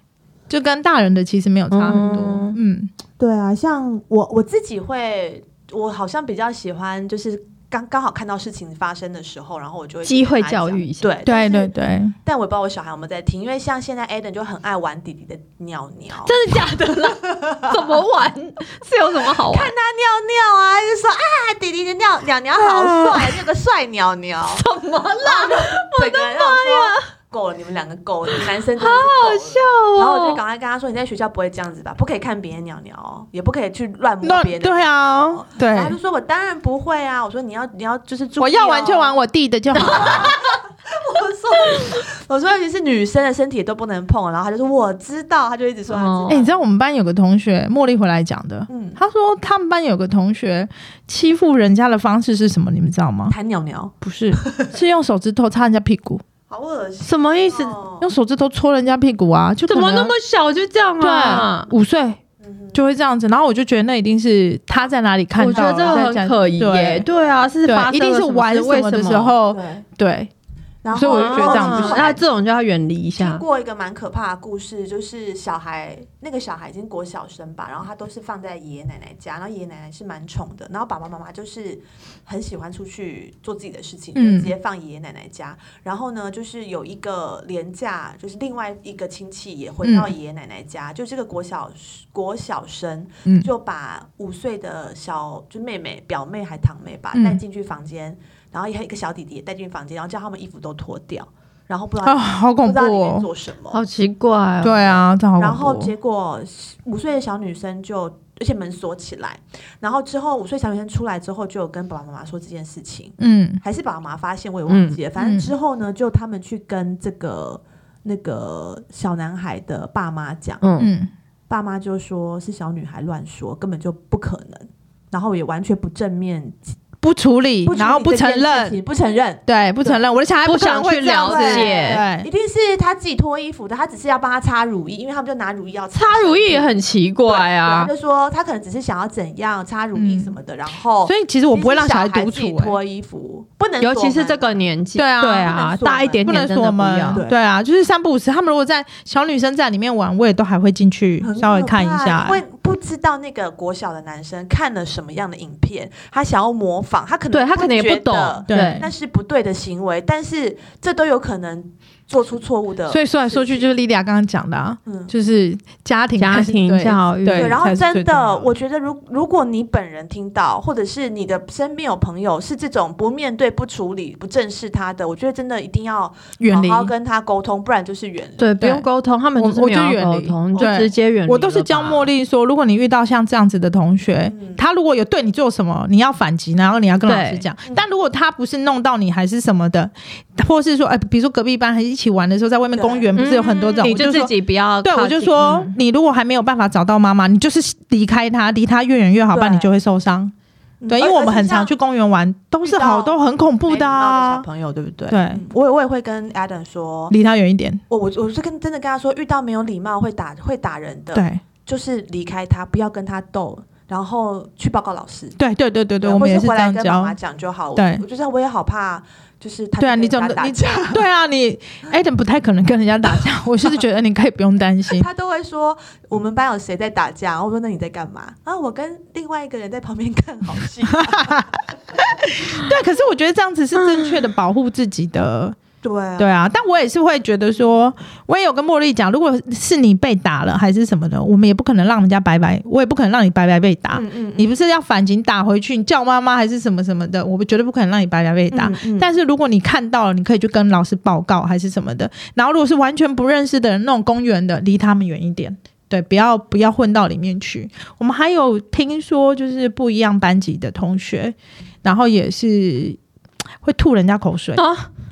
S3: 就跟大人的其实没有差很多。嗯，
S4: 对啊，像
S1: 我我自己会，我好像比较喜欢就是。刚刚好看到事情发生的时候，然后我就会
S2: 机会
S1: 跟他讲
S2: 教育一下
S1: 对
S3: 对
S1: 哎但
S3: 对
S1: 是
S3: 对，
S1: 但我也不知道我小孩有没有在听，因为像现在 Aden 就很爱玩弟弟的尿尿，
S2: 真的假的 啦？怎么玩？是有什么好玩？
S1: 看他尿尿啊，就说啊，弟弟的尿尿尿好帅，啊这个帅尿尿，
S2: 怎么啦？
S1: 我的妈呀！够了，你们两个够了，男生真的是好好笑
S2: 哦
S1: 然后我就赶快跟他说：“你在学校不会这样子吧？不可以看别人鸟鸟哦，也不可以去乱摸
S3: 那
S1: 别人的。”哎
S3: 对啊，对
S1: 然后，他就说：“我当然不会啊！”我说：“你要你要就是注意、哦，
S3: 我要玩就玩。我弟的就好了。
S1: 我说：“我说尤其是女生的身体都不能碰。”啊然后他就说：“我知道。”他就一直说他知道
S2: 哦
S3: 哎、你知道我们班有个同学，茉莉回来讲的，
S1: 嗯
S3: 她说他们班有个同学欺负人家的方式是什么？你们知道吗？
S1: 弹鸟鸟，
S3: 不是， 是用手指头擦人家屁股，
S1: 好恶心、哦。
S2: 什么意思？
S3: 用手指头戳人家屁股啊，就可
S2: 怎么那
S3: 能
S2: 么小就这样啊？
S3: 对五岁
S1: 嗯
S3: 就会这样子，然后我就觉得那一定是他在哪里看
S2: 我觉
S3: 到
S2: 得
S3: 了，
S2: 这个很可疑耶。
S3: 对
S2: 对啊，是发
S3: 对，一定是玩
S2: 什
S3: 什
S2: 么
S3: 么
S2: 事
S3: 的
S2: 为
S3: 时
S2: 什么？
S1: 哼
S3: 候，
S1: 对，
S3: 对，
S1: 然后嗯
S3: 所以我就觉得这样不
S1: 然后
S3: 行
S2: 那这种就要远离一
S1: 听
S3: 啊
S2: 下。
S1: 过一个蛮可怕的故事，就是小孩那个小孩已经国小生吧，然后他都是放在爷爷奶奶家，然后爷爷奶奶是蛮宠的，然后爸爸妈妈就是很喜欢出去做自己的事情，就
S3: 嗯
S1: 直接放爷爷奶奶家。然后呢，就是有一个廉价，就是另外一个亲戚也回到
S3: 嗯
S1: 爷爷奶奶家，就这个国小国小生
S3: 嗯
S1: 就把五岁的小就妹妹、表妹还堂妹吧
S3: 嗯
S1: 带进去房间，然后还有一个小弟弟也带进房间，然后叫他们衣服都脱掉。然后不知道
S3: 啊，好
S1: 不
S3: 恐
S1: 知
S3: 怖
S1: 道里面
S3: 哦，
S1: 做什么。
S2: 好奇怪哦！
S3: 对啊，这好
S1: 然
S3: 恐
S1: 后
S3: 怖哦。
S1: 结果五岁的小女生就，而且门锁起来。然后之后五岁小女生出来之后，就有跟爸爸妈妈说这件事情，
S3: 嗯，
S1: 还是爸爸妈妈发现，我也忘记了。反正
S3: 嗯
S1: 之后呢，就他们去跟这个那个小男孩的爸妈讲，
S2: 嗯，
S3: 嗯，
S1: 爸妈就说是小女孩乱说，根本就不可能。然后也完全不正面，
S3: 不处理，
S1: 不处理
S3: 嗯然后不
S1: 这件
S3: 承认
S1: 事，情，不承认。
S3: 对，不承认，我的小孩
S2: 不
S3: 可能
S2: 想
S3: 会
S2: 去
S3: 这样
S2: 了
S3: 子
S2: 解
S1: 一
S3: 对，
S1: 定是他自己脱衣服的，他只是要帮他擦乳液，因为他们就拿乳液要
S2: 擦如意也很奇怪啊
S1: 对他。就说他可能只是想要怎样擦乳液什么的，然后
S3: 嗯所以其实我不会让
S1: 其实
S3: 小
S1: 小
S3: 孩
S1: 孩
S3: 独
S1: 自己
S3: 处、欸，
S1: 脱衣服，不能
S2: 尤其是这
S1: 个
S2: 个年纪，
S3: 对啊
S1: 不
S2: 对啊，
S1: 能锁门
S2: 大一点
S3: 不
S2: 点
S3: 能
S2: 真的
S3: 锁
S2: 不
S3: 门
S2: 要。
S1: 对
S3: 对啊，就是三不五时，他们如果在小女生在里面玩，我也都还会进去稍微看一下、
S1: 会不知道那个国小的男生看了什么样的影片，他想要模仿，他可能
S2: 对他可能也
S1: 觉
S2: 不懂
S1: 得
S3: 对
S2: 对
S1: 那是不对的行为，但是这都有可能做出错误的，
S3: 所以说来说去就是莉莉亚刚刚讲的、啊，
S1: 嗯，
S3: 就是家庭
S2: 家庭
S3: 对
S2: 教育
S3: 对，
S1: 对，然后
S3: 才是
S1: 真
S3: 最重要
S1: 的，我觉得如如果你本人听到，或者是你的身边有朋友是这种不面对、不处理、不正视他的，我觉得真的一定要
S3: 远离
S1: 好好跟他沟通，不然就是远离。
S2: 对，不用沟通，他们
S3: 我
S2: 就是
S3: 我
S2: 没有
S3: 就
S2: 要
S3: 远
S2: 沟
S3: 离
S2: 通，你就
S3: 对
S2: 直接远离了吧。
S3: 我都是教茉莉说，如果你遇到像这样子的同学，
S1: 嗯
S3: 他如果有对你做什么，你要反击，然后你要跟老师
S2: 对
S3: 讲。但如果他不是弄到你还是什么的，或是说，哎、比如说隔壁班还是一起玩的时候，在外面
S1: 对
S3: 公园不是有很多这种，
S2: 嗯你
S3: 我就
S2: 就自
S3: 说。
S2: 己不要靠
S3: 对，
S2: 近。
S3: 我就说，
S2: 嗯
S3: 你如果还没有办法找到妈妈，你就是离开他，离他越远越好，不然
S1: 对
S3: 你就会受伤。
S1: 嗯
S3: 对，因为我们很常去。
S1: 而
S3: 公园玩，都是好
S1: 遇到
S3: 多很恐
S1: 而且像没
S3: 怖
S1: 礼
S3: 的
S1: 貌的小
S3: 啊。
S1: 朋友，对不对？
S3: 对
S1: 嗯我也我也会跟 Adam 说，
S3: 离他远一点。
S1: 我我我是跟真的跟他说，遇到没有礼貌会打会打人的，
S3: 对，
S1: 就是离开他，不要跟他斗，然后去报告老师。
S3: 对，对，对，对，对，我
S1: 或
S3: 们也
S1: 是
S3: 是
S1: 回
S3: 这
S1: 来
S3: 样
S1: 跟妈
S3: 教
S1: 妈。讲就好。我
S3: 对
S1: 我就是我也好怕，就是他
S3: 对啊，
S1: 去
S3: 你
S1: 跟
S3: 总
S1: 人家打
S3: 你
S1: 架
S3: 对啊，你 Adam 不太可能跟人家打架， 我是觉得你可以不用 担心。
S1: 他都会说我们班有谁在打架，我说那你在干嘛？啊，我跟另外一个人在旁边看好戏。
S3: 对，可是我觉得这样子是正确的保护自己的，
S1: 对啊
S3: 对啊。但我也是会觉得说，我也有跟茉莉讲，如果是你被打了还是什么的，我们也不可能让人家白白，我也不可能让你白白被打。
S1: 嗯嗯，
S3: 你不是要反击打回去，你叫妈妈还是什么什么的，我们绝对啊不可能让你白白被打。
S1: 嗯嗯
S3: 但是如果你看到了，你可以去跟老师报告还是什么的。然后如果是完全不认识的人，那种公园的，离他们远一点。对，不要不要混到里面去。我们还有听说，就是不一样班级的同学，然后也是会吐人家口水，
S2: 啊，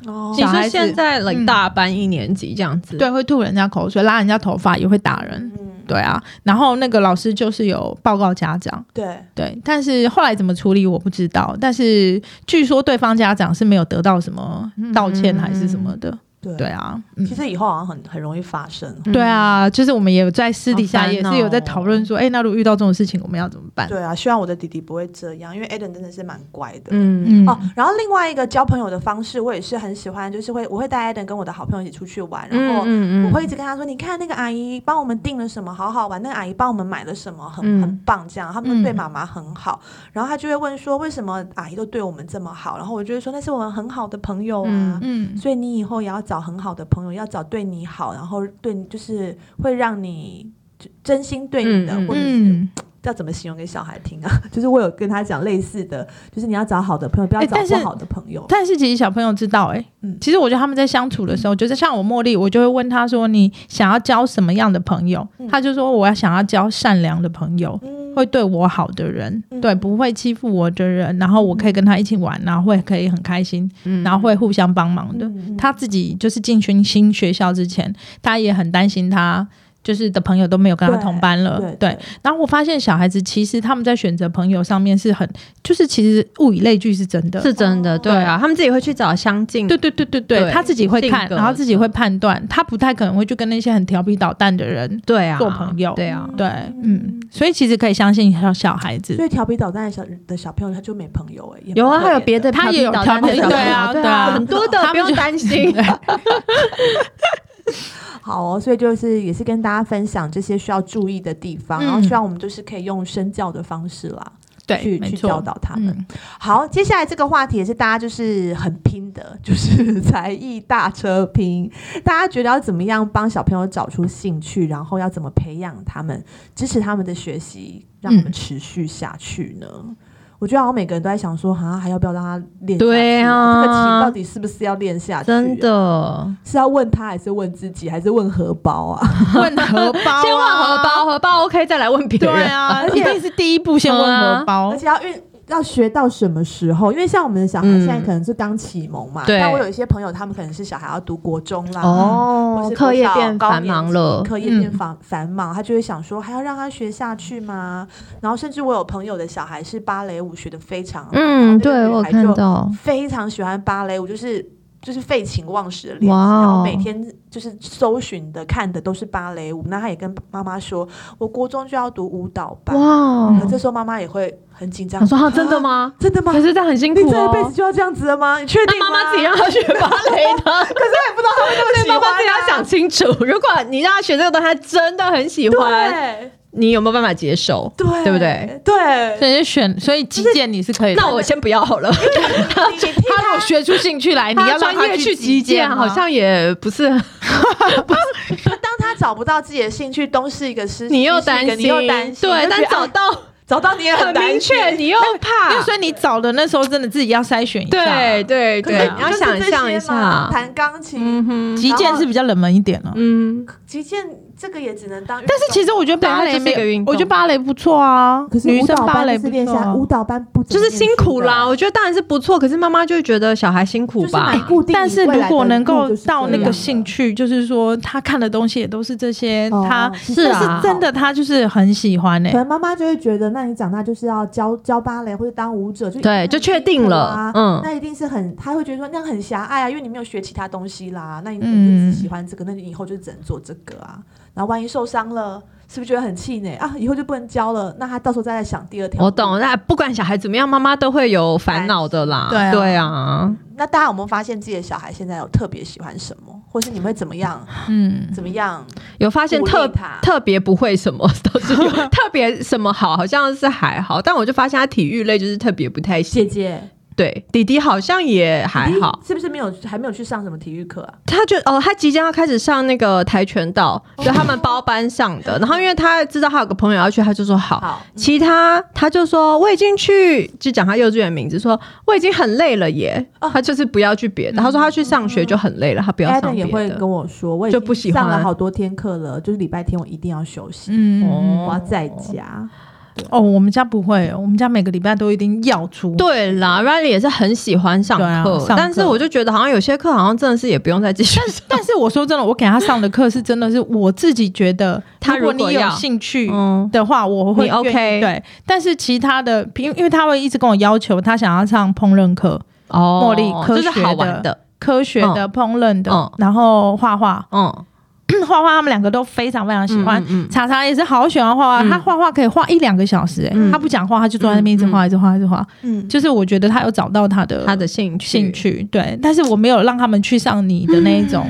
S1: 哦
S2: 你
S3: 小
S2: 说
S3: 孩子
S2: 现在
S3: 嗯
S2: 冷大班一年级这样子，
S3: 对，会吐人家口水，拉人家头发，也会打人。
S1: 嗯
S3: 对啊，然后那个老师就是有报告家长，
S1: 对，
S3: 对，但是后来怎么处理我不知道，但是据说对方家长是没有得到什么道
S1: 嗯
S3: 歉还是什么的。
S1: 对
S3: 对啊，嗯
S1: 其。实以后好像很很容易发生。
S2: 嗯
S3: 对，啊，就是我们也有在私底
S2: 好
S3: 下
S2: 烦
S3: 也是有在
S2: 哦
S3: 讨论说，哎、那如果遇到这种事情，我们要怎么办？
S1: 对啊，希望我的弟弟不会这样，因为 Adam 真的是蛮乖的。
S2: 嗯，
S3: 嗯，
S1: 哦，然后另外一个交朋友的方式，我也是很喜欢，就是会我会带 Adam 跟我的好朋友一起出去玩，然后
S2: 嗯
S1: 我会一直跟他说：“你看那个阿姨帮我们订了什么，好好玩。那个阿姨帮我们买了什么，很
S2: 嗯
S1: 很棒。”这样，他们
S3: 嗯
S1: 对妈妈很好。然后他就会问说：“为什么阿姨都对我们这么好？”然后我就会说：“那是我们很好的朋友啊。
S3: 嗯，
S1: 所以你以后也要找很好的朋友，要找对你好，然后对你就是会让你就真心对你的，
S2: 嗯嗯
S1: 或者是
S3: 嗯，
S1: 要怎么形容给小孩听啊？ 就是我有跟他讲类似的，就是你要找好的朋友，不要
S3: 哎
S1: 找
S3: 但
S1: 不
S3: 是
S1: 好的朋友。
S3: 但是其实小朋友知道、哎，
S1: 嗯
S3: 其实我觉得他们在相处的时候，就是像我茉莉，我就会问他说，你想要交什么样的朋友？
S1: 嗯
S3: 他就说我要想要交善良的朋友，
S1: 嗯
S3: 会对我好的人，
S1: 嗯
S3: 对不会欺负我的人，然后我可以跟他一起玩，然后会可以很开心，
S2: 嗯
S3: 然后会互相帮忙的。
S1: 嗯嗯
S3: 他自己就是进军新学校之前，他也很担心他就是的朋友都没有跟他
S1: 对
S3: 同班了，
S1: 对
S3: 然后我发现小孩子其实他们在选择朋友上面是很，就是其实物以类聚是真的，
S2: 嗯是真
S1: 哦
S2: 的，对啊，他们自己会去找相近，
S3: 对对对对对，
S2: 对
S3: 他自己会看
S2: 性，格
S3: 然后自己会判断，他不太可能会去跟那些很调皮捣蛋的人。
S2: 对啊，
S3: 做朋友
S2: 对啊，
S3: 对，嗯，所以其实可以相信小小孩子
S1: 所，以调皮捣蛋的小的小朋友他就没朋友哎、也
S2: 有啊，
S1: 蛮可
S2: 还有
S1: 怜
S2: 别的
S3: 他也有
S2: 调皮
S3: 调
S2: 捣蛋的小朋友
S3: 皮对啊
S2: 对
S3: 对啊
S2: 很多的
S3: 他们
S2: 不用
S3: 就
S2: 担心，
S1: 好哦，所以就是也是跟大家分享这些需要注意的地方，
S3: 嗯
S1: 然后希望我们就是可以用身教的方式啦，
S3: 对，
S1: 去
S3: 没
S1: 去教
S3: 错，
S1: 导他们。
S3: 嗯，
S1: 好，接下来这个话题也是大家就是很拼的，就是 才艺大车拼。大家觉得要怎么样帮小朋友找出兴趣，然后要怎么培养他们，支持他们的学习，让他们
S3: 嗯
S1: 持续下去呢？我觉得好像每个人都在想说，啊，还要不要让他练下去、
S2: 对
S1: 啊，
S2: 啊
S1: 这个琴到底是不是要练下去、啊
S2: 真，的，
S1: 是要问他，还是问自己，还是问荷包啊？
S3: 问荷包 啊，
S2: 先问荷包，荷包 OK 再来问别人，
S3: 对啊，一定是第一步先
S2: 嗯
S3: 问
S2: 啊
S3: 荷包
S1: 而。且要运要学到什么时候？因为像我们的小孩
S2: 嗯
S1: 现在可能是刚启蒙嘛，
S2: 对
S1: 但我有一些朋友，他们可能是小孩要读国中啦，或
S2: 哦
S1: 是，国
S2: 课业
S1: 小
S2: 变
S1: 高
S2: 繁
S1: 年
S2: 忙
S1: 级
S2: 了，
S1: 课业变繁繁忙，他就会想说，还要让他学下去吗？然后甚至我有朋友的小孩是芭蕾舞学的非常好，然后
S2: 嗯，
S1: 那个
S2: 对
S1: 女
S2: 我有
S1: 孩
S2: 看
S1: 就
S2: 到，
S1: 非常喜欢芭蕾舞，就是就是废寝忘食的练习，
S2: 哇哦
S1: 然后每天就是搜寻的看的都是芭蕾舞。那他也跟妈妈说，我国中就要读舞蹈班。
S2: 哇
S1: 可这时候妈妈也会很紧张，
S2: 我哦说啊，真的
S1: 啊？
S2: 吗？
S1: 真的吗
S2: 可？是这样很辛
S1: 你
S2: 苦
S1: 这一辈
S2: 哦
S1: 子。就要这样子了吗？你确定
S2: 那
S1: 吗？
S2: 妈妈自己让他学芭蕾的，
S1: 可是我也不知道 他会那么喜
S2: 妈
S1: 欢、啊。
S2: 妈自己要想清楚。如果你让他学这个东西，他真的很喜欢，
S1: 对，
S2: 你有没有办法接受？
S5: 对
S2: 对不对？
S5: 对，
S3: 所以就选，所以击剑你是可以的。
S2: 那我先不 要好了。
S5: 你你
S3: 他如果学出兴趣来，你要让
S2: 专
S3: 他
S2: 业
S3: 去击
S2: 击剑，
S3: 剑吗，
S2: 好像也不是很。
S5: 当他找不到自己的兴趣，东是一个失，
S2: 你又
S5: 西是
S2: 担
S5: 一个
S2: 心，
S5: 你又担心，
S2: 对，
S5: 就觉
S2: 但
S5: 得
S2: 找
S5: 啊
S2: 到
S5: 找到你也
S2: 很
S5: 担
S2: 明
S5: 心
S2: 确，你又
S3: 因
S2: 怕
S3: 为，所以你找的那时候真的自己要筛选一下。
S2: 啊对对
S5: 可是
S2: 对，啊
S5: 不
S2: 你要
S5: 就是
S2: 想
S5: 这些
S2: 象一
S5: 吗
S2: 下，
S5: 弹钢琴、
S2: 嗯哼，
S3: 击剑是比较冷门一点了。
S2: 嗯，
S5: 击剑，这个也只能当运动。
S3: 但是其实我觉得
S2: 对
S3: 芭
S2: 它
S3: 蕾
S2: 就是
S3: 没
S2: 一个
S3: 有
S2: 运，
S3: 我
S2: 动
S3: 觉得芭蕾不错啊，女生芭蕾不错啊。
S5: 蹈班不怎
S2: 就
S5: 么念
S2: 是辛苦啦。
S5: 书
S2: 我觉得当然是不错，可是妈妈就会觉得小孩辛苦
S5: 的，
S2: 吧。
S5: 蛮固定
S3: 但是如果能够
S1: 啊
S3: 到那个兴
S5: 兴趣，
S3: 趣，就是说他看的东西也都是这些，
S1: 哦
S3: 他
S1: 是
S3: 但
S2: 啊
S3: 是真的他就是很喜欢欸呢
S2: 哎
S1: 可。能妈妈就会觉得，那你长大就是要教教芭蕾或者当舞者，就
S2: 对，就确定了
S1: 啊，。
S2: 嗯，
S1: 那一定是很，他会觉得说那样很狭隘啊，因为你没有学其他东西啦，那你
S3: 嗯
S1: 你就只喜欢这个，那你以后就只能做这个啊。然后万一受伤了，是不是觉得很气馁啊？以后就不能教了，那他到时候再来想第二条。
S2: 我懂。。那不管小孩怎么样，妈妈都会有烦恼的啦。
S3: 对啊
S2: 对啊，
S1: 那大家有没有发现自己的小孩现在有特别喜欢什么，或是你会怎么样
S3: 嗯，
S1: 怎么样？
S2: 有发现
S1: 鼓励
S2: 特
S1: 他
S2: 特别不会什么，倒是有特别什么好，好像是还好。但我就发现他体育类就是特别不太行。
S1: 姐姐
S2: 对，弟弟好像也还好，，
S1: 是不是没有还没有去上什么体育课啊？
S2: 他就哦，他即将要开始上那个跆拳道，
S3: 哦
S2: 就他们包班上
S3: 嗯
S2: 的。然后因为他知道他有个朋友要去，他就说好。
S1: 好，
S2: 其他他就说我已经去，就讲他幼稚园名字，说我已经很累了耶。
S3: 哦
S2: 他就是不要去别
S3: 嗯
S2: 的，他说他去上学就很累了，他不要
S1: Adam
S2: 上别
S1: 也会
S2: 的。
S1: 跟我说，我已
S2: 就
S1: 经
S2: 不喜
S1: 上了
S2: 欢
S1: 好多天课了，就是礼拜天我一定要休息，
S3: 嗯，
S2: 哦
S1: 我要在家。
S3: 哦，我们家不会，我们家每个礼拜都一定要出。
S2: 对啦，Riley 也是很喜欢上
S3: 对啊
S2: 课，
S3: 上课
S2: 但是我就觉得好像有些课好像真的是也不用再继续上。
S3: 但是我说真的，我给他上的课是真的是我自己觉得，
S2: 他
S3: 如果
S2: 如果
S3: 你有
S2: 要
S3: 兴趣
S2: 嗯
S3: 的话，我会
S2: 你 OK
S3: 愿意对。但是其他的，因因为他会一直跟我要求，他想要上烹饪课、
S2: 哦
S3: 茉莉科
S2: 就
S3: 学
S2: 是
S3: 的
S2: 好玩的，
S3: 科学的、烹饪的
S2: 嗯，
S3: 然后画画，
S2: 嗯，
S3: 画画他们两个都非常非常喜欢。
S2: 嗯，
S3: 查查也是好喜欢画画，
S2: 嗯
S3: 他画画可以画一两个小时、欸，
S2: 嗯
S3: 他不讲话，他就坐在那边一直画，一直画，一直画。
S1: 嗯，
S3: 就是我觉得他有找到他的
S2: 嗯他的兴趣
S3: 兴趣，对，但是我没有让他们去上你的那一种、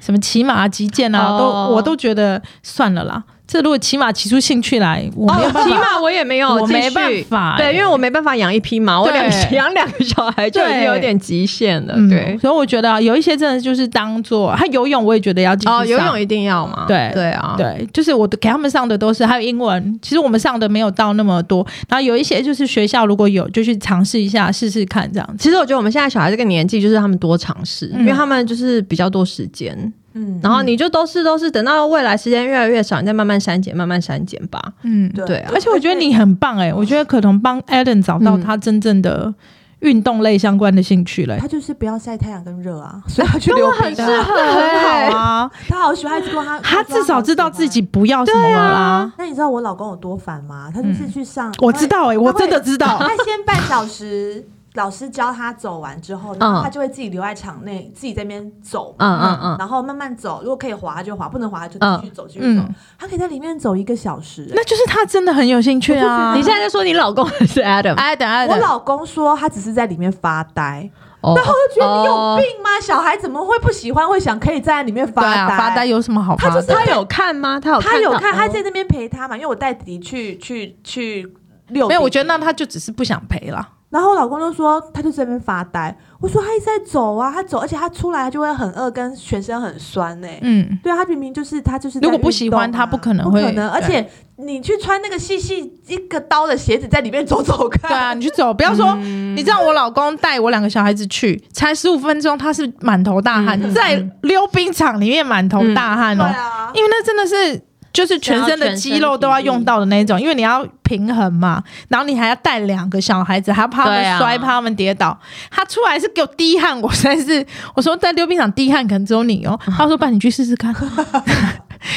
S3: 什么骑马、击剑啊，
S2: 嗯哦
S3: 都我都觉得算了啦。这如果骑马骑出兴趣来，我没有
S2: 哦，
S3: 办
S2: 起
S3: 法，
S2: 码我也没有
S3: 我
S2: 继
S3: 没
S2: 续
S3: 办法、欸
S2: 对，因为
S3: 我。
S2: 我没办法养一匹马，我两
S3: 对
S2: 养两个 小孩就已经有点极限了。
S3: 嗯，
S2: 对，
S3: 所以我觉得啊有一些真的就是当做他游泳，我也觉得要继续
S2: 哦，游
S3: 上
S2: 泳一定要嘛？
S3: 对
S2: 对啊，
S3: 对，就是我给他们上的都是还有英文，其实我们上的没有到那么多，然后有一些就是学校如果有就去尝试一下试试看这样子。
S2: 其实我觉得我们现在小孩这个年纪，就是他们多尝试，
S3: 嗯
S2: 因为他们就是比较多时间，
S1: 嗯，
S2: 然后你就都是都是等到未来时间越来越少，你再慢慢删减，慢慢删减吧。
S3: 嗯，
S2: 对啊
S3: 而且我觉得你很棒哎、我觉得可彤帮 Adam 找到他真正的运动类相关的兴趣嘞、
S1: 他就是不要晒太阳跟热 啊，所以他去溜冰
S3: 对啊
S1: 啊。
S3: 那很好啊，
S1: 他好喜欢，他一直跟我他
S3: 他至少知道自。己
S1: 他说
S3: 不要什么了啦。
S1: 他好喜欢那你知道我老公有多烦吗？他就是去上，
S3: 嗯我知道哎、我
S1: 他会
S3: 真的知道。
S1: 他先半小时，老师教他走完之后，然
S3: 嗯
S1: 后他就会自己留在场内，自己在那边走。
S2: 嗯嗯嗯，
S1: 然后慢慢走，如果可以滑就滑，不能滑就继续走，继续走
S3: 嗯。
S1: 他可以在里面走一个小时。欸
S3: 那就是他真的很有兴趣啊！
S2: 你现在在说你老公还是 Adam？
S3: 哎，等下
S1: 我
S3: 等下，
S1: 老公说他只是在里面发呆，
S2: 哦
S1: 然后我就觉得你有
S2: 哦
S1: 病吗？小孩怎么会不喜欢？会想可以在里面发
S3: 对
S1: 呆？
S3: 啊，发呆有什么好
S1: 欸
S3: 发
S1: 他
S3: 呆？
S1: 就是
S2: 他有看吗？他有
S1: 他有
S2: 到
S1: 看，他
S3: 嗯
S2: 哦
S1: 在那边陪他嘛，因为我带弟弟去去去遛。
S3: 没有，我觉得那，他就只是不想陪啦。
S1: 然后我老公就说他就在那边发呆。我说他一直在走啊，他走，而且他出来他就会很饿，跟全身很酸呢、
S3: 嗯，
S1: 对啊，他明明就是他就是在
S3: 如果不
S1: 运
S3: 喜
S1: 动
S3: 欢他
S1: 啊
S3: 不可能
S1: 不
S3: 会
S1: 可能，而
S3: 对
S1: 且你去穿那个细细一个刀的鞋子在里面走走看，
S3: 对啊，你去走，不要说，你知道我老公带我两个小孩子去，才十五分钟，他是满头大汗，在溜冰场里面满头大汗
S1: 对
S3: 哦，
S1: 啊，
S3: 因为那真的是。就是全身的肌肉都要用到的那种，因为你要平衡嘛，然后你还要带两个小孩子，还要怕他
S2: 对
S3: 们
S2: 啊
S3: 摔，怕他们跌倒。他出来是给我滴汗，我实在是我说在溜冰场滴汗可能只有你哦。他说：“爸，你去试试 看，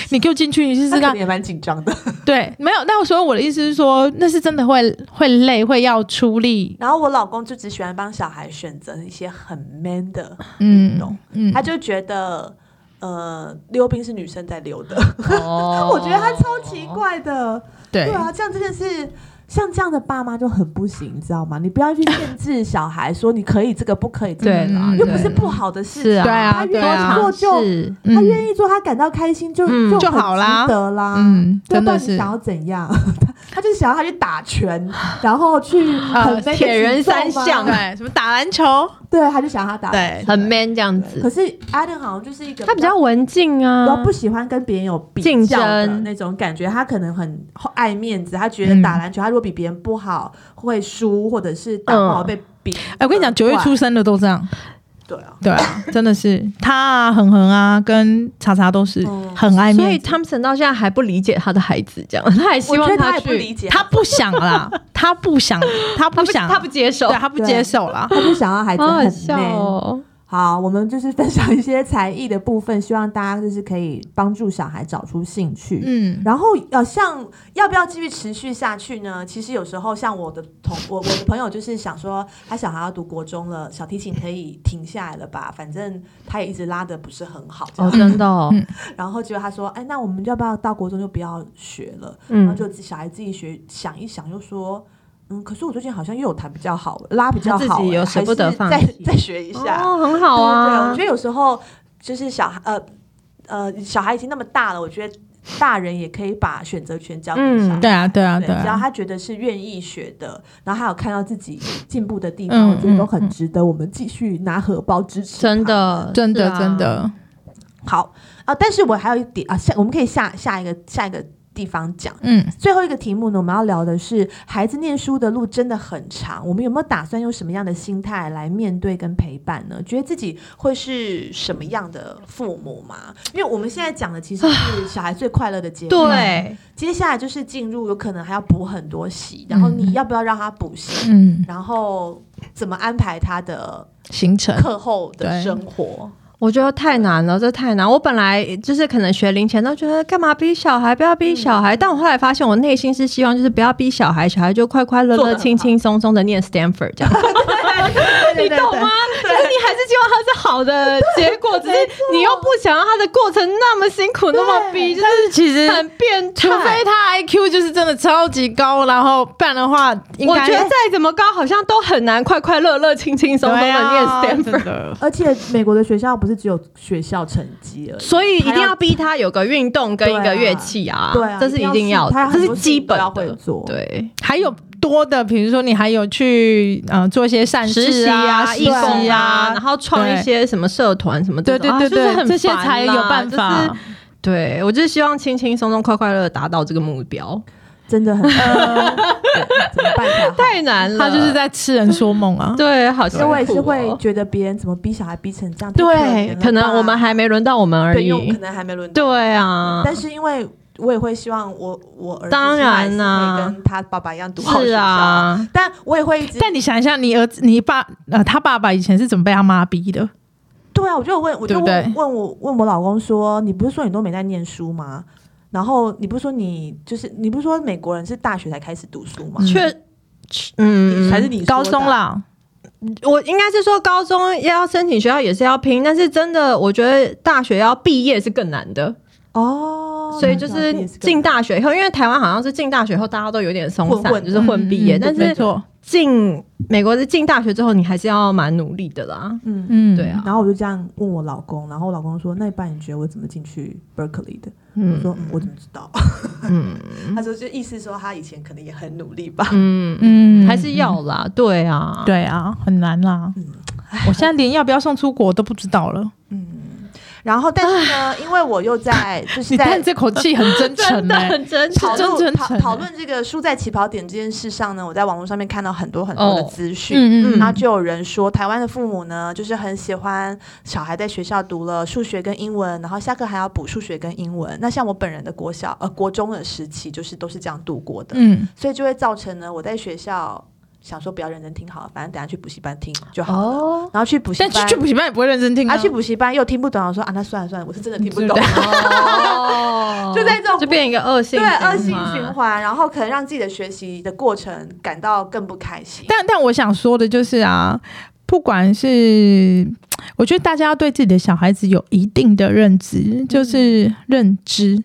S3: 你给我进去，你试
S1: 这
S3: 试
S1: 个
S3: 看。”
S1: 也蛮紧张的。
S3: 对，没有。那所以我的意思是说，那是真的会会累，会要出力。
S1: 然后我老公就只喜欢帮小孩选择一些很 man 的，
S3: 嗯
S1: 懂
S3: 嗯
S1: 他就觉得呃溜冰是女生在溜的，
S2: 哦
S1: 我觉得他超奇怪的。啊
S3: 对
S1: 对啊，这样真的是像这样的爸妈就很不行，你知道吗？你不要去限制小孩说你可以这个不可以这个，
S2: 哦对啦
S3: 嗯
S1: 又 不是不好的事
S2: 是
S1: 情。
S2: 啊，
S3: 对啊
S1: 他
S3: 对
S1: 愿
S3: 啊
S1: 意做就
S2: 是
S1: 他
S3: 嗯
S1: 愿意做，他感到开心就
S2: 嗯
S1: 就
S3: 就
S1: 很
S3: 好啦
S1: 值得啦。
S3: 嗯，
S1: 对啊
S3: 真
S1: 不
S3: 的
S1: 然你
S3: 是
S1: 想要怎样？ 他他就是想要他去打拳，然后去
S3: 呃
S1: 很 man 的
S2: 铁人
S1: 举重啊
S2: 三
S1: 吗
S2: 项
S3: 对什么打篮球，
S1: 对，他就想要他打
S3: 对
S1: 拳
S2: 很 man 这样子
S1: 可。是 Adam 好像就是一个
S2: 他比较文静
S1: 然
S2: 啊
S1: 后，不喜欢跟别人有比
S2: 竞
S1: 较的
S2: 争
S1: 那种感觉，他可能很爱面子，他觉得打
S3: 嗯
S1: 篮球，他如果比别人不好会输，或者是打不好
S2: 嗯
S1: 被比。
S3: 哎，我跟你讲，九月出生的都这样，
S1: 对啊，
S3: 对 啊，真的是他啊，恒恒啊，跟查查都是
S1: 嗯
S3: 很爱
S2: 哦所以
S3: 面子，
S2: Thompson 到现在还不理解他的孩子这样，他还
S1: 我
S2: 希
S1: 觉
S2: 望
S1: 得他也不
S2: 去，
S1: 理解，
S3: 他不想 啦，他不想，
S2: 他
S3: 他不想，
S2: 他不接受啊
S3: 对，他不接受啦。
S1: 他就想要孩子
S2: 好好
S1: 很
S2: 笑
S1: man。
S2: 哦。
S1: 好，我们就是分享一些才艺的部分，希望大家就是可以帮助小孩找出兴趣。
S3: 嗯，
S1: 然后呃，像要不要继续持续下去呢？其实有时候像我的同我我的朋友就是想说，他小孩要读国中了，小提琴可以停下来了吧？反正他也一直拉的不是很好这
S2: 哦，
S1: 样。
S2: 真的哦，
S1: 然后结果他说，哎，那我们要不要到国中就不要学了？然后
S2: 嗯，
S1: 就自小孩自己学，想一想又说。嗯，可是我最近好像又有弹比较好，拉比较
S2: 他自
S1: 好、
S2: 己有
S1: 哎
S2: 舍
S1: 还
S2: 不得
S1: 是
S2: 放
S1: 再
S2: 弃
S1: 再学一下。
S2: 哦，很好
S1: 对对，
S2: 啊
S1: 我觉，得有时候就是小孩呃呃，小孩已经那么大了，我觉得大人也可以把选择权交给小孩。
S2: 嗯
S3: 对啊，对啊，
S1: 对，
S3: 对
S1: 只要
S3: 啊，
S1: 他觉得是愿意学的，然后还有看到自己进步的地方，我觉得都很值得我们继续拿荷包支持。
S2: 嗯真，的，
S3: 真的
S2: 是，啊
S3: 真，的，
S1: 好啊、但是我还有一点啊，下我们可以下下一个下一个地方讲。
S3: 嗯，
S1: 最后一个题目呢，我们要聊的是孩子念书的路真的很长，我们有没有打算用什么样的心态来面对跟陪伴呢？觉得自己会是什么样的父母吗？因为我们现在讲的其实 是小孩最快乐的阶段，，
S2: 对，
S1: 接下来就是进入有可能还要补很多习，然后你要不要让他补习，
S3: 嗯，
S1: 然后怎么安排他的
S3: 行程，
S1: 课后的
S3: 对
S1: 生活？
S2: 我觉得太难了，这太难。我本来就是可能学龄前都觉得干嘛逼小孩，不要逼小孩。但我后来发现，我内心是希望就是不要逼小孩，小孩就快快乐
S1: 做得
S2: 乐、
S1: 很好
S2: 轻轻松松的念 Stanford 这样。你懂吗？就是你还是希望他是好的结果，只是你又不想让他的过程那么辛苦、那么逼，就是
S3: 其实
S2: 很变态。
S3: 除非他 IQ 就是真的超级高，然后不然的话，应
S2: 我
S3: 该
S2: 觉得再怎么高，好像都很难快快乐乐、轻轻松松的
S3: 对啊
S2: 念 Stanford
S3: 真。的
S1: 而且美国的学校不是只有学校成绩而已，
S2: 所以一定要逼他有个运动跟一个乐器啊，
S1: 对啊，
S2: 这是一定
S1: 要
S2: 要
S1: 试，他
S2: 的，这
S1: 很多
S2: 是
S1: 事情
S2: 基本
S1: 都要会
S2: 的。
S1: 做，
S2: 对，
S3: 还有多的，比如说你还有去呃做一些善
S2: 实习
S3: 事啊、
S2: 义工
S3: 啊，
S2: 然后创一些什么社团什么这
S3: 对
S2: 种
S3: 对
S2: 啊，
S3: 对
S2: 就是
S3: 对，
S2: 很
S3: 这些
S2: 烦啦
S3: 才有办法。
S2: 就是对我就是希望轻轻松松、快快乐乐达到这个目标，
S1: 真的很对怎么办才好？
S2: 呃太难了。
S3: 他就是在痴人说梦啊。
S2: 对，好辛
S1: 因为
S2: 苦哦。
S1: 我也是会觉得别人怎么逼小孩逼成这样，太
S2: 对，
S1: 怜了
S2: 可
S1: 吧
S2: 能我们还没轮到我们而
S1: 对，因为我可
S2: 已。
S1: 能还没轮到。
S2: 对啊，
S1: 但是因为我也会希望我我儿子
S2: 当然
S1: 是
S2: 啊
S1: 还是会跟他爸爸一样读好学
S2: 是
S1: 校，
S2: 啊，
S1: 但我也会一直
S3: 但你想一下，你儿子、你爸呃，他爸爸以前是怎么被他妈逼的？
S1: 对啊，我就问我就
S3: 对
S1: 问
S3: 不对
S1: 问我问我老公说，你不是说你都没在念书吗？然后你不是说你就是你不是说美国人是大学才开始读书吗？
S2: 确，确嗯，
S1: 还是你说的
S3: 高中？啦，
S2: 我应该是说，高中要申请学校也是要拼，但是真的，我觉得大学要毕业是更难的。
S1: 哦，
S2: 所以就是进大学以后，因为台湾好像是进大学后大家都有点松
S1: 混
S2: 散，
S1: 混
S2: 就是混毕业。
S3: 嗯嗯
S2: 但
S3: 没
S2: 是
S3: 错，
S2: 进美国是进大学之后，你还是要蛮努力的啦。
S1: 嗯
S3: 嗯，
S2: 对啊
S1: 然后我就这样问我老公，然后我老公说：“那一半你觉得我怎么进去 Berkeley 的？”我
S2: 嗯
S1: 说：“嗯，我怎么知道？”
S2: 嗯
S1: 他说：“就意思说他以前可能也很努力吧。
S2: 嗯嗯，
S3: 嗯
S2: 还是嗯要啦，对啊，
S3: 对啊，很难啦。我现在连要不要送出国都不知道了。”
S1: 然后，但是呢，因为我又在就是
S3: 你
S1: 在
S3: 叹这口气很真
S2: 真
S3: 诚
S2: 的
S3: 哎、
S2: 很真诚
S1: 讨。论
S3: 真
S1: 讨
S3: 诚
S1: 讨论这个输在起跑点这件事上呢，我在网络上面看到很多很多的
S2: 哦
S1: 资讯。
S3: 嗯嗯
S1: 然后就有人说，台湾的父母呢，就是很喜欢小孩在学校读了数学跟英文，然后下课还要补数学跟英文。那像我本人的国小呃国中的时期，就是都是这样度过的，
S3: 嗯，
S1: 所以就会造成呢，我在学校想说不要认真听好了，反正等下去补习班听就好了。
S2: 哦，
S1: 然后去补习
S3: 但去
S1: 班，
S3: 去补习班也不会认真听
S1: 啊
S3: 啊。
S1: 去补习班又听不懂，我说啊那算了算了，我是真的听不懂
S3: 对，
S2: 哦
S1: 就在这种
S2: 就变一个恶性
S1: 对恶性
S2: 环
S1: 循环，然后可能让自己的学习的过程感到更不开心。
S3: 但但我想说的就是啊，不管是
S2: 嗯
S3: 我觉得大家要对自己的小孩子有一定的认知，就是认知。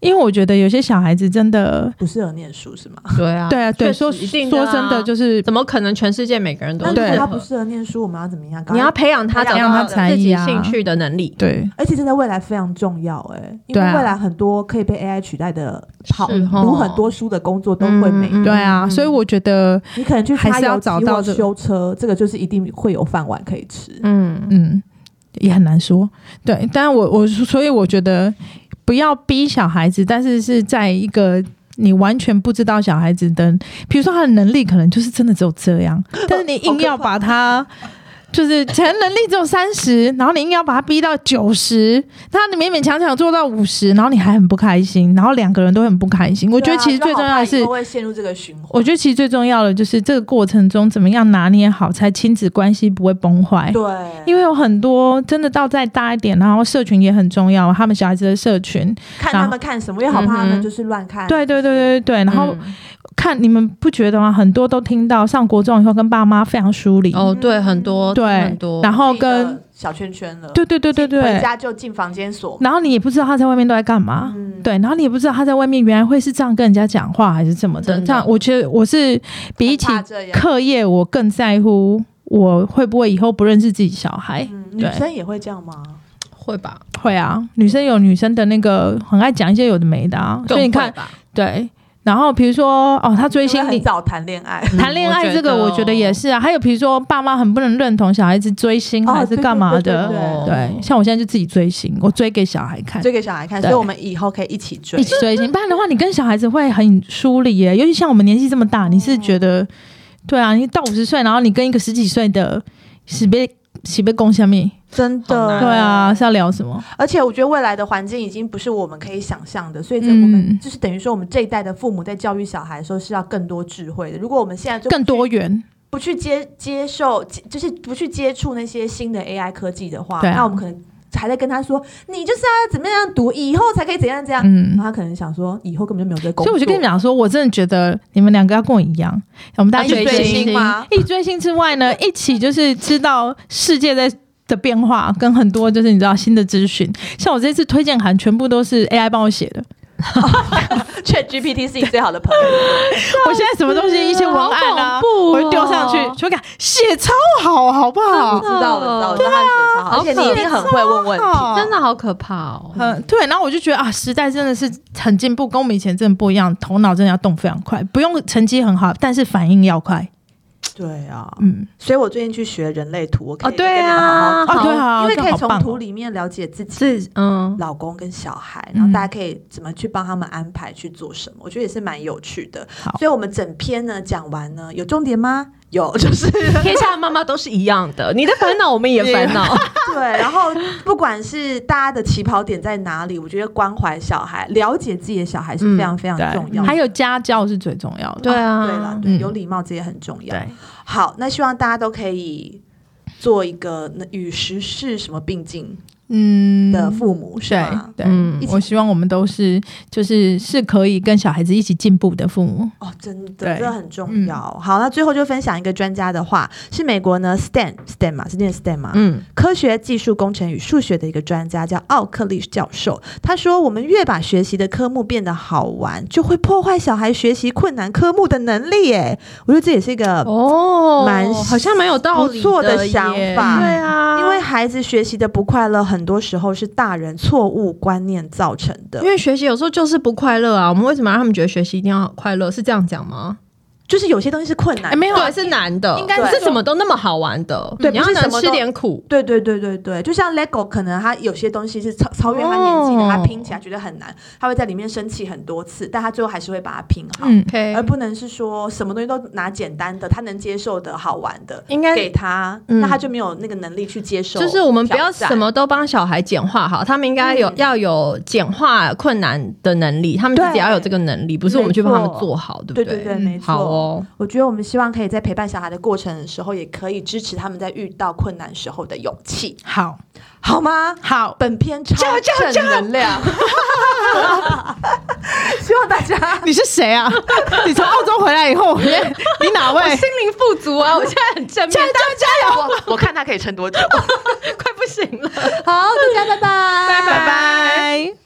S3: 因为我觉得有些小孩子真的，
S1: 不适合念书是吗？
S2: 对啊，
S3: 对啊，对，
S2: 确实
S3: 说
S2: 一定的啊
S3: 说真的就是
S2: 怎么可能全世界每个人都
S1: 那如
S3: 对
S1: 果
S2: 适
S1: 他不
S2: 合？
S1: 适合念书，我们要怎么样？
S2: 你要培养他找
S1: 培养他
S2: 到
S3: 才
S2: 自己
S3: 艺啊
S2: 兴趣的能力。
S3: 对，
S1: 而且这在未来非常重要哎、因为
S3: 对啊
S1: 未来很多可以被 AI 取代的跑
S2: 是哦
S1: 读很多书的工作都会没有。
S2: 嗯嗯嗯
S3: 对啊，所以我觉得，
S1: 你可能去
S3: 还
S1: 擦
S3: 是要
S1: 油漆
S3: 找到
S1: 或
S3: 这
S1: 修车，这个就是一定会有饭碗可以吃。
S2: 嗯，
S3: 嗯，也很难说。对，但我我所以我觉得不要逼小孩子，但是是在一个。你完全不知道小孩子的，比如说他的能力可能就是真的只有这样，但是你硬要把他，就是可能能力只有三十，然后你硬要把他逼到九十，他勉勉强强做到五十，然后你还很不开心，然后两个人都很不开心。我觉得
S1: 啊
S3: 其实最重要的是，
S1: 都会陷入这个循环。
S3: 我觉得其实最重要的就是这个过程中怎么样拿捏好，才亲子关系不会崩坏。
S1: 对，
S3: 因为有很多真的到再大一点，然后社群也很重要，他们小孩子的社群，
S1: 看他们看什么，也好怕他们就是乱看。
S3: 嗯对对对对对，然后
S2: 嗯
S3: 看你们不觉得吗？很多都听到上国中以后跟爸妈非常疏离，
S2: 哦，对，很多
S3: 对
S2: 很多，，
S3: 然后
S1: 自己的
S3: 跟
S1: 小圈圈了，
S3: 对对对对
S1: 呃回
S3: 对，
S1: 家就进房间锁。
S3: 然后你也不知道他在外面都在干嘛，
S1: 嗯，
S3: 对，然后你也不知道他在外面原来会是这样跟人家讲话还是怎么的。
S2: 真的
S3: 这样我觉得我是比起
S1: 很怕这样
S3: 课业，我更在乎我会不会以后不认识自己小孩。
S1: 嗯女
S3: 对
S1: 生也会这样吗？
S2: 会吧？
S3: 会啊，女生有女生的那个很爱讲一些有的没的啊，所以你
S2: 更会
S3: 看
S2: 吧，
S3: 对。然后比如说哦，他追
S1: 因
S3: 星
S1: 为
S3: 你
S1: 很。早谈恋爱，
S2: 嗯
S3: 谈恋爱这个，我觉得也，是啊。还有比如说，爸妈很不能认同小孩子追星啊
S1: 哦
S3: 还是干嘛
S1: 对
S3: 的。
S2: 我觉得哦
S3: 对，像我现在就自己追星，我追给小孩看，
S1: 追给小孩看，
S3: 对
S1: 所以我们以后可以一起追
S3: 一。起追星。不然的话，你跟小孩子会很疏离耶。尤其像我们年纪这么大，你是觉得，对啊，你到五十岁，然后你跟一个十几岁的喜被喜被攻下面，
S1: 真
S2: 好
S1: 的，
S2: 难
S3: 对啊，是要聊什么？
S1: 而且我觉得未来的环境已经不是我们可以想象的，所以这
S3: 嗯
S1: 我们就是等于说，我们这一代的父母在教育小孩的时候是要更多智慧的。如果我们现在就
S3: 更多元，
S1: 不去接接受，接就是不去接触那些新的 AI 科技的话，
S3: 对啊
S1: 那我们可能还在跟他说，你就是要怎么样读，以后才可以怎样怎样。
S3: 嗯
S1: 然。后他可能想说，以后根本就没有这个工
S3: 所
S1: 作。
S3: 以我就跟你们讲说，我真的觉得你们两个要跟我一样，我们大家
S2: 要
S3: 一起
S2: 追
S3: 追
S2: 星
S3: 星
S1: 吗
S3: 一起追星之外呢，一起就是知道世界在的变化，跟很多就是你知道新的资讯。像我这次推荐函全部都是 AI 帮我写的，
S1: ChatGPT 是你最好的朋友，
S3: 我现在什么东西一些文案啊
S2: 好恐，怖哦
S3: 我就丢上去，就感写超好，好不
S1: 我
S3: 好？
S1: 知道，我知道，我知道他写超好，而且你一定很会问问题。
S3: 啊好
S2: 真的好可怕哦。
S3: 嗯，对，然后我就觉得啊，时代真的是很进步，跟我们以前真的不一样，头脑真的要动非常快，不用成绩很好，但是反应要快。
S1: 对啊，
S3: 嗯，
S1: 所以我最近去学人类图，我可以
S2: 哦对啊
S1: 跟你们好好
S3: 哦，对啊，
S1: 因为
S3: 这
S1: 可以
S3: 好
S1: 从
S3: 棒哦
S1: 图里面了解自己、
S2: 是嗯，
S1: 老公跟小孩，
S3: 嗯
S1: 然后大家可以怎么去帮他们安排去做什么，我觉得也是蛮有趣的
S3: 好。
S1: 所以我们整篇呢讲完呢，有重点吗？ 有，就是
S2: 天下的妈妈都是一样的，你的烦恼我们也烦恼。
S1: 对。然后不管是大家的起跑点在哪里，我觉得关怀小孩、了解自己的小孩是非常非常
S3: 嗯对
S1: 重要的。哦
S3: 还有家教是最重要的。
S2: 对啊，
S1: 对了，对，
S3: 嗯
S1: 有礼貌这也很重要。
S3: 对
S1: 好，那希望大家都可以做一个那与时事什么并进
S3: 嗯，
S1: 的父母，是
S3: 对
S1: 吗？
S3: 对，
S2: 嗯
S1: 一起
S3: 我希望我们都是就是是可以跟小孩子一起进步的父母。
S1: 哦，真的，
S3: 对嗯
S1: 这很重要。好，那最后就分享一个专家的话，是美国呢 STEM STEM 嘛，是念 STEM 嘛，
S2: 嗯，
S1: 科学、技术、工程与数学的一个专家叫奥克利教授。他说，我们越把学习的科目变得好玩，就会破坏小孩学习困难科目的能力。耶，我觉得这也是一个
S2: 哦，
S1: 蛮
S2: 好像蛮有道
S1: 不
S2: 理
S1: 错的
S2: 耶
S1: 想法
S2: 对啊，
S1: 因为孩子学习的不快乐，很多时候是大人错误观念造成的
S2: 因。为学习有时候就是不快乐啊，我们为什么让他们觉得学习一定要快乐？是这样讲吗？
S1: 就是有些东西是困难的，
S3: 哎没有啊
S2: 对，是难的，
S3: 应该
S2: 不
S1: 是
S2: 是什么都那么好玩的，
S1: 对
S2: 你要
S1: 不是什
S2: 能
S1: 么
S2: 吃
S1: 都
S2: 点苦。
S1: 对对对对对，就像 LEGO，可能他有些东西是超超越他年纪的，
S2: 哦
S1: 他拼起来觉得很难，他会在里面生气很多次，但他最后还是会把它拼好，
S3: 嗯，
S2: OK，
S1: 而不能是说什么东西都拿简单的，他能接受的好玩的
S2: 应该
S1: 给他，
S2: 嗯
S1: 那他就没有那个能力去接受挑
S2: 就
S1: 战。
S2: 是我们不要什么都帮小孩简化好，他们应该有、
S1: 嗯
S2: 要有简化困难的能力，他们
S1: 对
S2: 自己要有这个能力，不是我们去帮他们做好，对不
S1: 对
S2: 对
S1: 对对，没错。
S2: 好哦，
S1: 我觉得我们希望可以在陪伴小孩的过程的时候，也可以支持他们在遇到困难时候的勇气，
S3: 好
S1: 好吗？
S3: 好，
S1: 本片超
S3: 加油加油
S1: 正能量， 希望大家
S3: 你是谁啊？ 你从澳洲回来以后，你哪位？
S2: 心灵富足啊！我现在很正面，
S1: 加油！我我看他可以撑多久。
S2: 快不行了。
S1: 好，大家拜拜，
S3: 拜拜。